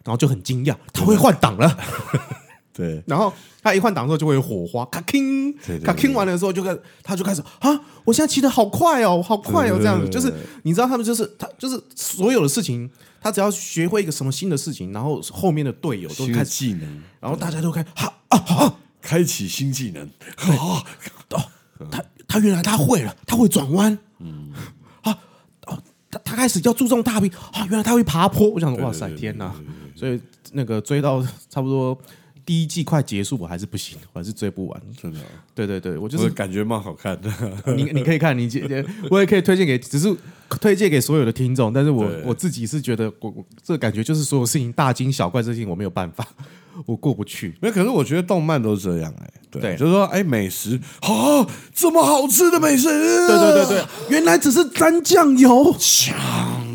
Speaker 1: 然后就很惊讶，他会换挡了。
Speaker 2: 对，
Speaker 1: 然后他一换挡之后就会有火花，咔听
Speaker 2: 对对，对
Speaker 1: 咔听完了之后就开始，他就开始啊，我现在骑的好快哦，好快哦，这样子，就是你知道他们就是他就是所有的事情，他只要学会一个什么新的事情，然后后面的队友都
Speaker 2: 新
Speaker 1: 开始，
Speaker 2: 技能，
Speaker 1: 然后大家都开始哈，
Speaker 2: 开启新技 能，
Speaker 1: 哦他他原来他会了，他会转弯，嗯，啊哦，他他开始要注重大臂啊，原来他会爬坡，我想说哇塞天哪，所以那个追到差不多第一季快结束，我还是不行，我还是追不完，
Speaker 2: 真的哦，
Speaker 1: 对对对，我就是
Speaker 2: 我感觉蛮好看的。
Speaker 1: 你你可以看，你觉得我也可以推荐给，只是推荐给所有的听众。但是我
Speaker 2: 对
Speaker 1: 我自己是觉得，我我这个感觉就是所有事情大惊小怪，这事情我没有办法，我过不去。
Speaker 2: 没有，可是我觉得动漫都这样哎、对，
Speaker 1: 对
Speaker 2: 就是说哎、美食啊，这么好吃的美食，
Speaker 1: 对对对对，原来只是沾酱油，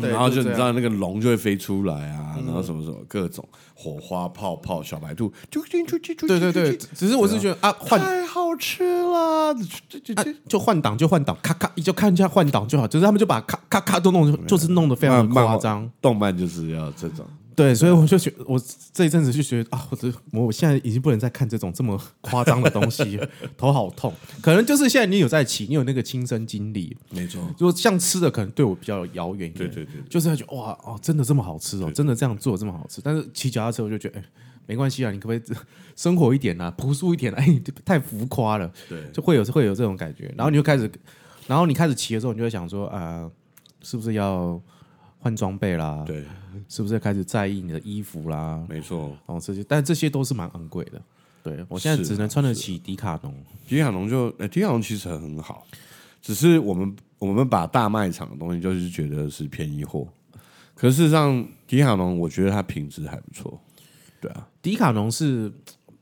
Speaker 2: 对
Speaker 1: 对
Speaker 2: 然后就
Speaker 1: 就是
Speaker 2: 你
Speaker 1: 这样
Speaker 2: 知道那个龙就会飞出来啊，然后什么什么各种火花泡泡小白兔，就进去进去，
Speaker 1: 对对对，
Speaker 2: 啾啾啾
Speaker 1: 只是我是觉得啊，换
Speaker 2: 太好吃了，这这
Speaker 1: 啊
Speaker 2: 这
Speaker 1: 就换挡就换挡，咔咔就看一下换挡就好，就是他们就把咔咔咔都弄，就是弄得非常的夸张。，
Speaker 2: 动漫就是要这种，
Speaker 1: 对，所以我就觉得，我这一阵子就觉得啊，我这我现在已经不能再看这种这么夸张的东西了，头好痛。可能就是现在你有在骑，你有那个亲身经历，
Speaker 2: 没错，
Speaker 1: 如果像吃的，可能对我比较遥远一点。
Speaker 2: 对对对
Speaker 1: 就是他觉得哇哦，真的这么好吃哦，真的这样做这么好吃。但是骑脚踏车，我就觉得哎，没关系啊，你可不可以生活一点啊，朴素一点啊？ 哎，你太浮夸了，
Speaker 2: 对
Speaker 1: 就会有会有这种感觉。然后你就开始，然后你开始骑的时候，你就会想说啊、呃是不是要换装备啦？，
Speaker 2: 对，
Speaker 1: 是不是开始在意你的衣服啦？
Speaker 2: 没错，
Speaker 1: 哦，这些，但这些都是蛮昂贵的。对我现在
Speaker 2: 是啊
Speaker 1: 只能穿得起迪卡侬。
Speaker 2: 迪卡侬就，哎、迪卡侬其实很好，只是我们我们把大卖场的东西就是觉得是便宜货，可是事实上迪卡侬我觉得它品质还不错，对啊，
Speaker 1: 迪卡侬是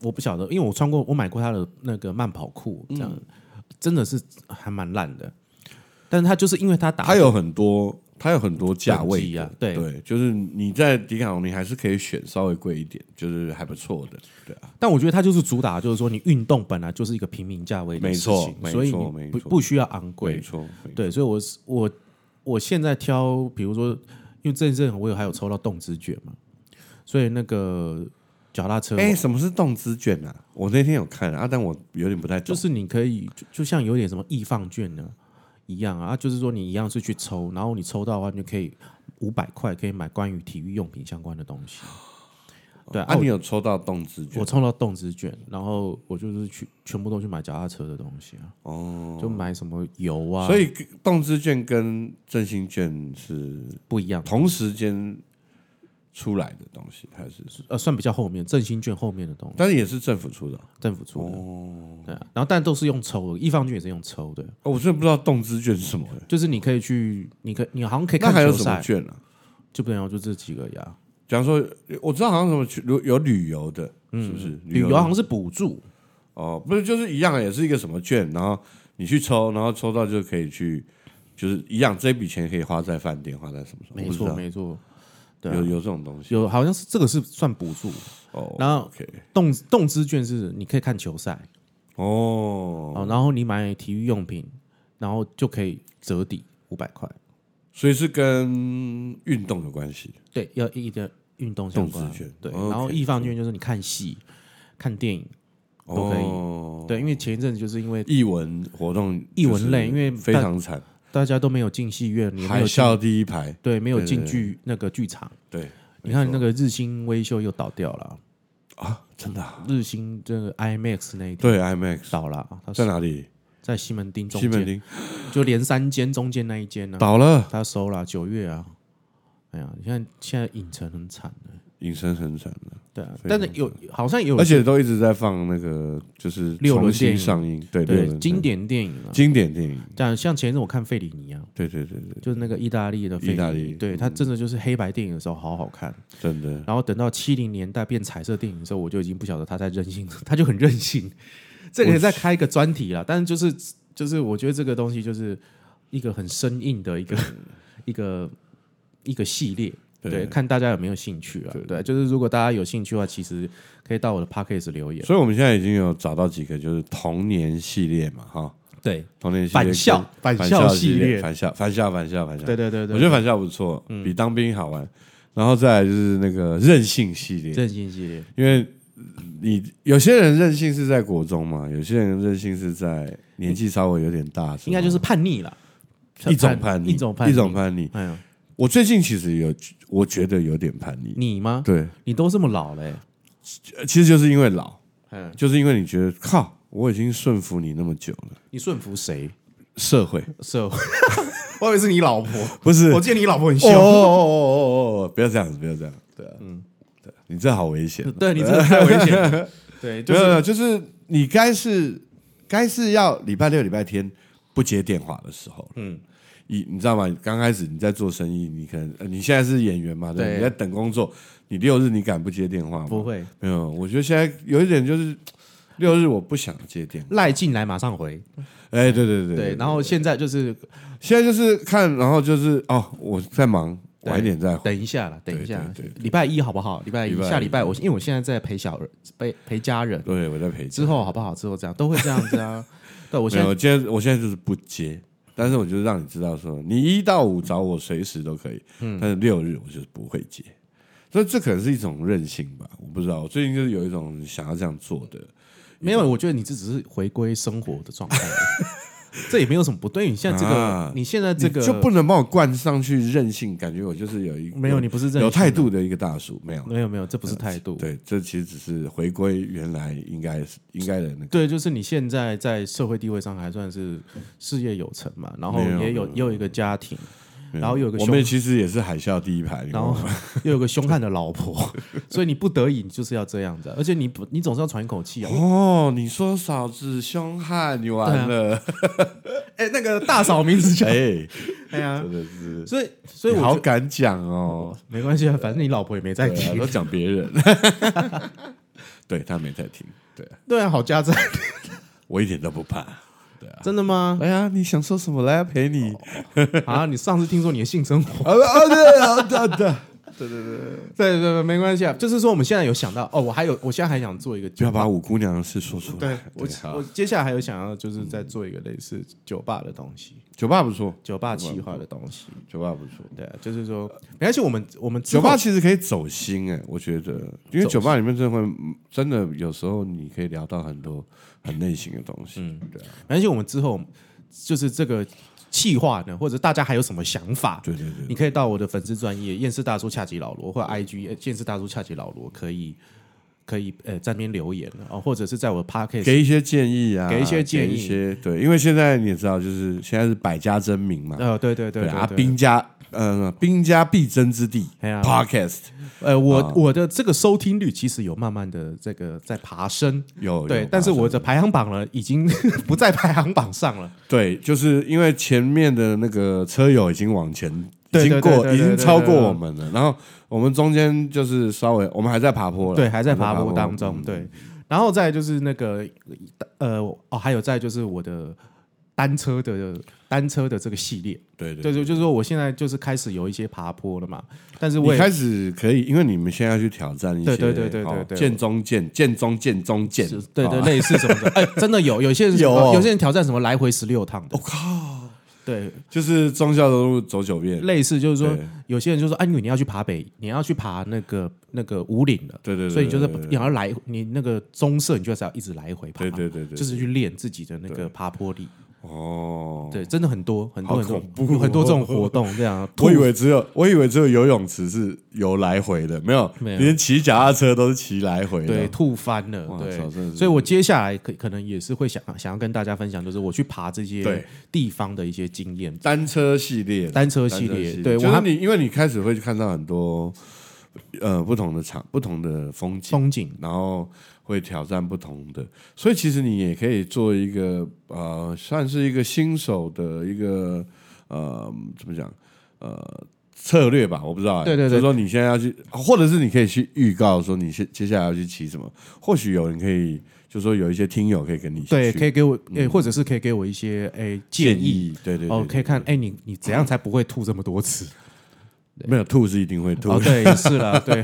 Speaker 1: 我不晓得，因为我穿过，我买过他的那个慢跑裤，
Speaker 2: 嗯
Speaker 1: 这样、真的是还蛮烂的。但是他就是因为他打
Speaker 2: 它有很多它有很多价
Speaker 1: 啊等
Speaker 2: 位
Speaker 1: 级
Speaker 2: 的
Speaker 1: 啊对
Speaker 2: 对，就是你在迪卡侬你还是可以选稍微贵一点，就是还不错的，对啊，
Speaker 1: 但我觉得他就是主打，就是说你运动本来就是一个平民价位的
Speaker 2: 没
Speaker 1: 事
Speaker 2: 错
Speaker 1: 情，
Speaker 2: 没
Speaker 1: 所以
Speaker 2: 错
Speaker 1: 你
Speaker 2: 没
Speaker 1: 不
Speaker 2: 错
Speaker 1: 不需要昂贵
Speaker 2: 没。错，没错
Speaker 1: 对，所以我是我我现在挑，比如说，因为这一阵我有还有抽到动之卷嘛，所以那个脚踏车，
Speaker 2: 哎、什么是动资卷啊？我那天有看啊，但我有点不太懂。
Speaker 1: 就是你可以就就像有点什么易放券呢一样啊，啊就是说你一样是去抽，然后你抽到的话，你就可以五百块可以买关于体育用品相关的东西。对
Speaker 2: 啊，
Speaker 1: 啊，
Speaker 2: 你有抽到动资
Speaker 1: 我
Speaker 2: 卷
Speaker 1: 我抽到动之券，然后我就是去全部都去买脚踏车的东西啊，
Speaker 2: 哦，
Speaker 1: 就买什么油啊，
Speaker 2: 所以动资卷跟振兴券是
Speaker 1: 不一样。
Speaker 2: 同时间出来的东西，还是
Speaker 1: 呃，算比较后面振兴券后面的东西，
Speaker 2: 但是也是政府出的啊。
Speaker 1: 政府出的。哦，对啊，然后但都是用抽的，一方券也是用抽的，
Speaker 2: 哦，我真的不知道动资券是什么欸。
Speaker 1: 就是你可以去，你可你好像可以
Speaker 2: 那
Speaker 1: 看
Speaker 2: 还有
Speaker 1: 球
Speaker 2: 什么
Speaker 1: 赛，
Speaker 2: 券啊？
Speaker 1: 就不能用就这几个呀。
Speaker 2: 假如说，我知道好像什么去有有旅游的，是不是？
Speaker 1: 嗯旅游好像是补助，
Speaker 2: 哦，不是，就是一样，也是一个什么券，然后你去抽，然后抽到就可以去，就是一样，这笔钱可以花在饭店，花在什么什么，
Speaker 1: 没
Speaker 2: 我不知
Speaker 1: 错
Speaker 2: 道
Speaker 1: 没错，对啊
Speaker 2: 有有这种东西
Speaker 1: 有好像是这个是算补助，
Speaker 2: 哦。
Speaker 1: 然后
Speaker 2: OK，
Speaker 1: 动动资券是你可以看球赛
Speaker 2: 哦，
Speaker 1: 哦，然后你买体育用品，然后就可以折抵五百块。
Speaker 2: 所以是跟运动有关系。
Speaker 1: 对，要一点运动相关
Speaker 2: 动资券。
Speaker 1: 对，
Speaker 2: OK，哦
Speaker 1: 然后易放券就是你看戏、看电影都可以。
Speaker 2: 哦，
Speaker 1: 对，因为前一阵子就是因为
Speaker 2: 艺文活动，
Speaker 1: 艺文类因为
Speaker 2: 非
Speaker 1: 大
Speaker 2: 常惨，
Speaker 1: 大家都没有进戏院，你没
Speaker 2: 海
Speaker 1: 有进
Speaker 2: 啸第一排，
Speaker 1: 对，没有
Speaker 2: 对
Speaker 1: 进
Speaker 2: 对对
Speaker 1: 剧那个剧场。
Speaker 2: 对，
Speaker 1: 你看那个日新微秀又倒掉了，
Speaker 2: 啊，真的啊，
Speaker 1: 日新这个 IMAX 那一天
Speaker 2: 对，IMAX
Speaker 1: 倒了，它
Speaker 2: 在
Speaker 1: 是
Speaker 2: 哪里？
Speaker 1: 在西门町中
Speaker 2: 西门
Speaker 1: 间，嗯
Speaker 2: 町
Speaker 1: 就连三间中间那一间呢，
Speaker 2: 倒了，
Speaker 1: 它收了九月啊。哎呀，你看现在影城很惨的，
Speaker 2: 隐身很惨的。
Speaker 1: 对啊，
Speaker 2: 非
Speaker 1: 但是有好像有
Speaker 2: 而且都一直在放那个，就是
Speaker 1: 六轮
Speaker 2: 重新
Speaker 1: 电影
Speaker 2: 上映，对六
Speaker 1: 对
Speaker 2: 轮嗯
Speaker 1: 经典电影啊，
Speaker 2: 经典电影，
Speaker 1: 但像前一阵我看费里尼啊，
Speaker 2: 对对对对，
Speaker 1: 就是那个意大利的费
Speaker 2: 意大利嗯
Speaker 1: 对他真的就是黑白电影的时候好好看，
Speaker 2: 真的
Speaker 1: 然后等到七零年代变彩色电影的时候，我就已经不晓得他在任性， 他就很任性。这个也再开一个专题啦，但是就是就是我觉得这个东西就是一个很生硬的一个
Speaker 2: 嗯
Speaker 1: 一个一个系列。
Speaker 2: 对
Speaker 1: 对，看大家有没有兴趣啊？对，就是如果大家有兴趣的话，其实可以到我的 p a c k a g e 留言。
Speaker 2: 所以我们现在已经有找到几个就是童年系列嘛，哈，
Speaker 1: 对，
Speaker 2: 童年系列
Speaker 1: 返
Speaker 2: 跟
Speaker 1: 校返
Speaker 2: 返
Speaker 1: 校
Speaker 2: 系
Speaker 1: 系列，
Speaker 2: 返校返校返校返校，
Speaker 1: 对对对对，嗯
Speaker 2: 我觉得返校不错，比当兵好玩。然后再来就是那个任性系列，
Speaker 1: 任性系列，
Speaker 2: 因为你有些人任性是在国中嘛，有些人任性是在年纪稍微有点大的时候，
Speaker 1: 应该就是叛逆啦，
Speaker 2: 一种叛逆，
Speaker 1: 一种叛逆，
Speaker 2: 一种叛逆。
Speaker 1: 哎呀，
Speaker 2: 我最近其实有，我觉得有点叛逆，
Speaker 1: 你吗？
Speaker 2: 对，
Speaker 1: 你都这么老了、欸，
Speaker 2: 呃其实就是因为老，
Speaker 1: 嗯，
Speaker 2: 就是因为你觉得靠，我已经顺服你那么久了，
Speaker 1: 你顺服谁？
Speaker 2: 社会
Speaker 1: 社会， 我以为是你老婆，
Speaker 2: 不是
Speaker 1: 见你老婆很
Speaker 2: 哦哦哦哦哦，不要这样子，不要这样，对啊，嗯，对，你这好危险哦，
Speaker 1: 对你真的太危险了，对，就
Speaker 2: 没有没
Speaker 1: 是
Speaker 2: 有，就是你该是该是要礼拜六、礼拜天不接电话的时候，嗯。你你知道吗？刚开始你在做生意，你可能、呃你现在是演员嘛，对不对，
Speaker 1: 对
Speaker 2: 你在等工作，你六日你敢不接电话吗？
Speaker 1: 不会
Speaker 2: 没有，我觉得现在有一点就是六日我不想接电话。
Speaker 1: 赖进来马上回，
Speaker 2: 哎，对对对
Speaker 1: 对，然后现在就是
Speaker 2: 现在就是看，然后就是哦，我在忙，
Speaker 1: 对
Speaker 2: 晚一点再回。
Speaker 1: 等一下了，等一下
Speaker 2: 对对，
Speaker 1: 礼拜一好不好？礼拜一
Speaker 2: 礼拜一
Speaker 1: 下礼拜我因为我现在在陪小儿陪陪家人，
Speaker 2: 对，我在陪
Speaker 1: 之
Speaker 2: 之后，
Speaker 1: 后好不好？之后这样都会这样子 啊，对我
Speaker 2: 我
Speaker 1: 现在
Speaker 2: 我今天我现在就是不接，但是我就让你知道说，你一到五找我随时都可以，
Speaker 1: 嗯
Speaker 2: 但是六日我就是不会接。所以这可能是一种任性吧，我不知道。我最近就是有一种想要这样做的，
Speaker 1: 没有，我觉得你这只是回归生活的状态而 已。这也没有什么不对，你现在这
Speaker 2: 啊
Speaker 1: 个，你现在这个
Speaker 2: 你就不能把我灌上去任性，感觉我就是有一
Speaker 1: 没有，你不是这
Speaker 2: 有态度的一个大叔，没有。
Speaker 1: 没有没有，这不是态度。
Speaker 2: 呃对，这其实只是回归原来应该是应该的那个。
Speaker 1: 对，就是你现在在社会地位上还算是事业有成嘛，然后
Speaker 2: 没有
Speaker 1: 也有
Speaker 2: 没有
Speaker 1: 也有一个家庭，然后又有个
Speaker 2: 我
Speaker 1: 兄
Speaker 2: 们其实也是海啸第一排，你
Speaker 1: 然
Speaker 2: 懂
Speaker 1: 后
Speaker 2: 吗
Speaker 1: 又有个凶悍的老婆，所以你不得已就是要这样子啊，而且你不你总是要喘一口 气啊。
Speaker 2: 哦，你说嫂子凶悍，你完了，
Speaker 1: 哎，那个大嫂名字叫
Speaker 2: 哎，
Speaker 1: 哎呀，
Speaker 2: 真的是，
Speaker 1: 所以所
Speaker 2: 所
Speaker 1: 以
Speaker 2: 以
Speaker 1: 我
Speaker 2: 好
Speaker 1: 就
Speaker 2: 敢讲哦，
Speaker 1: 没关系啊，反正你老婆也没在
Speaker 2: 对啊
Speaker 1: 听
Speaker 2: 都。讲别 人，对他没在听，对啊
Speaker 1: 对啊，好家在，
Speaker 2: 我一点都不怕。
Speaker 1: 真的吗？
Speaker 2: 哎呀，你想说什么？来陪你。
Speaker 1: 啊，你上次听说你的性生活？
Speaker 2: 啊啊对啊对啊对啊，
Speaker 1: 对对对，没关系啊，就是说我们现在有想到哦，我还有，我现在还想做一个
Speaker 2: 不要
Speaker 1: 酒吧
Speaker 2: 把五姑娘的事说出来。啊
Speaker 1: 我
Speaker 2: 好
Speaker 1: 我接下来还有想要就是再做一个类似酒吧的东西，
Speaker 2: 酒吧不错，
Speaker 1: 酒吧企划的东西。
Speaker 2: 酒吧不错。
Speaker 1: 对啊，就是说，没关系，我们我们之
Speaker 2: 酒
Speaker 1: 后
Speaker 2: 吧其实可以走心哎、我觉得，因为酒吧里面真的会，嗯真的有时候你可以聊到很多很内心的东西。对啊，
Speaker 1: 没关系，我们之后就是这个企划呢，或者大家还有什么想法，
Speaker 2: 对对对，
Speaker 1: 你可以到我的粉丝专业厌世大叔恰吉老罗或者 IG 呃厌世大叔恰吉老罗可以可以呃在那边留言啊、哦，或者是在我的 Pocket
Speaker 2: 给一些建议啊，
Speaker 1: 给一些建议
Speaker 2: 给一些对，因为现在你也知道，就是现在是百家争鸣嘛，
Speaker 1: 呃对对对
Speaker 2: 啊，
Speaker 1: 对对
Speaker 2: 兵家呃兵家必争之地
Speaker 1: 哎呀
Speaker 2: Podcast
Speaker 1: 呃，我、我的这个收听率其实有慢慢的这个在爬升，
Speaker 2: 有有
Speaker 1: 对，但是
Speaker 2: 发生
Speaker 1: 我的排行榜呢，已经 不在排行榜上了。
Speaker 2: 对，就是因为前面的那个车友已经往前，已
Speaker 1: 对
Speaker 2: 经过，
Speaker 1: 对对对
Speaker 2: 已经超过
Speaker 1: 对对对
Speaker 2: 我们了。然后我们中间就是稍微，我们还在爬坡了，
Speaker 1: 对，还在爬坡当中，对。然后再来就是那个呃哦，还有再就是我的单车的单车的这个系列，
Speaker 2: 对对
Speaker 1: 对对，就是说我现在就是开始有一些爬坡了嘛，但是我
Speaker 2: 你
Speaker 1: 也
Speaker 2: 开始可以，因为你们现在要去挑战一些，
Speaker 1: 对对对对对
Speaker 2: 哦
Speaker 1: 对
Speaker 2: 剑中剑，剑中剑中剑，
Speaker 1: 是对对
Speaker 2: 哦，
Speaker 1: 类似什么 的，哎，真的有有些人
Speaker 2: 有哦
Speaker 1: 有些人挑战什么来回十六趟的，我靠，对，
Speaker 2: 就是忠孝东路走九遍，
Speaker 1: 类似就是说
Speaker 2: 对
Speaker 1: 有些人就说，哎，你要去爬北，你要去爬那个那个五岭了，
Speaker 2: 对对对，
Speaker 1: 所以你就是
Speaker 2: 对对
Speaker 1: 你要来你那个棕色，你就是要一直来回爬，
Speaker 2: 对对对对，
Speaker 1: 就是去练自己的那个爬坡力。
Speaker 2: 哦。
Speaker 1: 对，真的很多很多
Speaker 2: 好
Speaker 1: 很多
Speaker 2: 恐怖哦
Speaker 1: 有很多这种活动，这样。
Speaker 2: 我以为只有我以为只有游泳池是有来回的，没有，
Speaker 1: 没有
Speaker 2: 连骑脚踏车都是骑来回的。
Speaker 1: 对吐翻了，
Speaker 2: 哇操真的
Speaker 1: 对，
Speaker 2: 是
Speaker 1: 所以我接下来可可能也是会想想要跟大家分享，就是我去爬这些
Speaker 2: 对
Speaker 1: 地方的一些经验，
Speaker 2: 单车系列，
Speaker 1: 单车
Speaker 2: 单
Speaker 1: 系列，对
Speaker 2: 就
Speaker 1: 我
Speaker 2: 是
Speaker 1: 还
Speaker 2: 你，因为你开始会看到很多呃不同的场、不同的风景，
Speaker 1: 风景
Speaker 2: 然后会挑战不同的，所以其实你也可以做一个呃，算是一个新手的一个呃，怎么讲呃。策略吧，我不知道欸、
Speaker 1: 对对对
Speaker 2: 就是说你现在要去，或者是你可以去预告说你接接下来要去骑什么，或许有人可以，就说有一些听友可以跟你一起
Speaker 1: 对，
Speaker 2: 去嗯
Speaker 1: 可以给我诶，或者是可以给我一些诶建
Speaker 2: 建
Speaker 1: 议
Speaker 2: 议，对对对
Speaker 1: 哦，可以看诶，你你怎样才不会吐这么多次？
Speaker 2: 没有吐是一定会吐，
Speaker 1: 哦，对，也是啦， 对，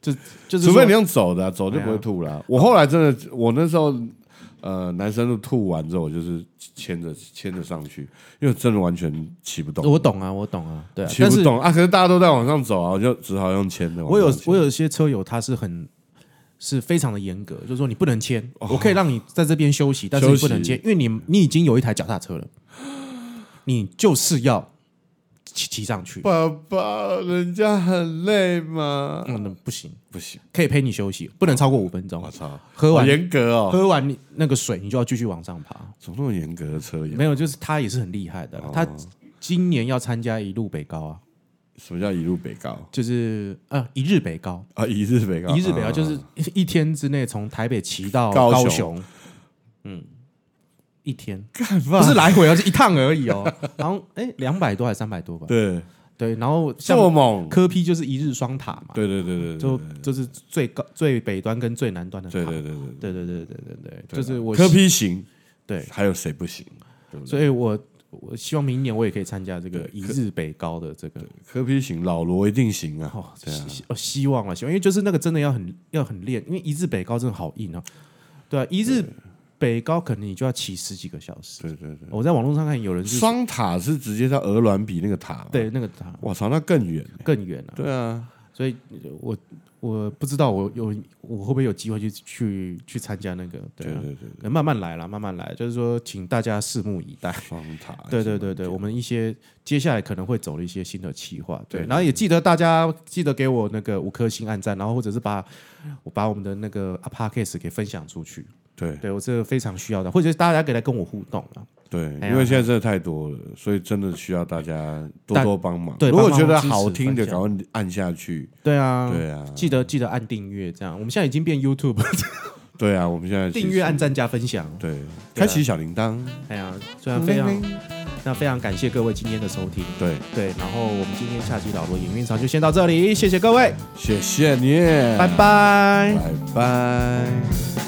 Speaker 1: 就就是
Speaker 2: 除非
Speaker 1: 说哎
Speaker 2: 你用走的啊、走就不会吐了啊、我后来真的，我那时候呃，男生都吐完之后，我就是牵着牵着上去，因为真的完全骑不动，
Speaker 1: 我懂啊，我懂啊，对啊，
Speaker 2: 骑
Speaker 1: 但
Speaker 2: 不
Speaker 1: 是
Speaker 2: 动啊。可是大家都在往上走啊，我就只好用牵的往
Speaker 1: 我
Speaker 2: 上
Speaker 1: 有
Speaker 2: 牵。
Speaker 1: 我有些车友他是很是非常的严格，就是说你不能签，我可以让你在这边哦休息，但是你不能签，因为你你已经有一台脚踏车了，你就是要骑骑上去，
Speaker 2: 爸爸，人家很累嘛，
Speaker 1: 嗯，不行，
Speaker 2: 不行，
Speaker 1: 可以陪你休息，不能超过五分钟
Speaker 2: 我，操，
Speaker 1: 喝
Speaker 2: 好
Speaker 1: 完
Speaker 2: 严格哦，
Speaker 1: 喝完你那个水，你就要继续往上爬。
Speaker 2: 怎么那么严格的车啊友？
Speaker 1: 没有，就是他也哦是很厉害的，他今年要参加一路北高啊，
Speaker 2: 什么叫一路北高
Speaker 1: 就是呃一日北高。
Speaker 2: 啊？一日北高，
Speaker 1: 一日北
Speaker 2: 啊
Speaker 1: 高就是一一天之内从台北骑到
Speaker 2: 高
Speaker 1: 高
Speaker 2: 雄
Speaker 1: 雄，嗯，一天
Speaker 2: 干
Speaker 1: 不
Speaker 2: 嘛？
Speaker 1: 是来回哦，是一趟而已哦。 然后哎，两百多还是三百多吧？
Speaker 2: 对，
Speaker 1: 对，然后
Speaker 2: 这
Speaker 1: 像
Speaker 2: 么猛，
Speaker 1: 科批就是一日双塔嘛，
Speaker 2: 对对对对对，
Speaker 1: 就就是最高最北端跟最南端的塔。
Speaker 2: 对对对对啊
Speaker 1: 对对对对对对对，就是我
Speaker 2: 科批行，
Speaker 1: 对，
Speaker 2: 还有谁不行？
Speaker 1: 所以我我希望明年我也可以参加这个一日北高的这个。
Speaker 2: 科批行，老罗一定行啊！
Speaker 1: 哦，希希哦希望啊，希望，因为就是那个真的要很要很练，因为一日北高真的好硬哦。对啊，一日北高可能你就要骑十几个小时。
Speaker 2: 对对对，
Speaker 1: 我在网络上看有人是
Speaker 2: 双塔是直接到鹅銮比那个塔，，
Speaker 1: 对那个塔
Speaker 2: 我操，那更远欸。
Speaker 1: 更远啊，
Speaker 2: 对啊，
Speaker 1: 所以我我不知道我有我会不会有机会去去去参加那个，对啊，
Speaker 2: 对对，
Speaker 1: 可能慢慢来啦，慢慢来，就是说请大家拭目以待。
Speaker 2: 双塔，
Speaker 1: 对对对对，我们一些接下来可能会走的一些新的企划，对，
Speaker 2: 对
Speaker 1: 然后也记得大家记得给我那个五颗星按赞，然后或者是把我把我们的那个 p a c a s e 给分享出去，
Speaker 2: 对
Speaker 1: 对我这个非常需要的，或者是大家可以来跟我互动啊，
Speaker 2: 对，
Speaker 1: 哎呀
Speaker 2: 因为现在真的太多了，所以真的需要大家多多帮忙。
Speaker 1: 对
Speaker 2: 如
Speaker 1: 帮
Speaker 2: 果
Speaker 1: 忙
Speaker 2: 觉得
Speaker 1: 支持
Speaker 2: 好听
Speaker 1: 分
Speaker 2: 的，赶
Speaker 1: 享
Speaker 2: 快按下去。
Speaker 1: 对啊，
Speaker 2: 对啊，
Speaker 1: 记得记得按订阅，这样我们现在已经变 YouTube
Speaker 2: 对啊，我们现在其实
Speaker 1: 订阅、按，赞加分享，
Speaker 2: 对，开启小铃铛，
Speaker 1: 哎呀，虽然
Speaker 2: 嗯
Speaker 1: 非常。那非常感谢各位今天的收听，
Speaker 2: 对，
Speaker 1: 对，然后我们今天下期老罗演运场就先到这里，谢谢各位，
Speaker 2: 谢谢你，
Speaker 1: 拜拜
Speaker 2: 拜拜。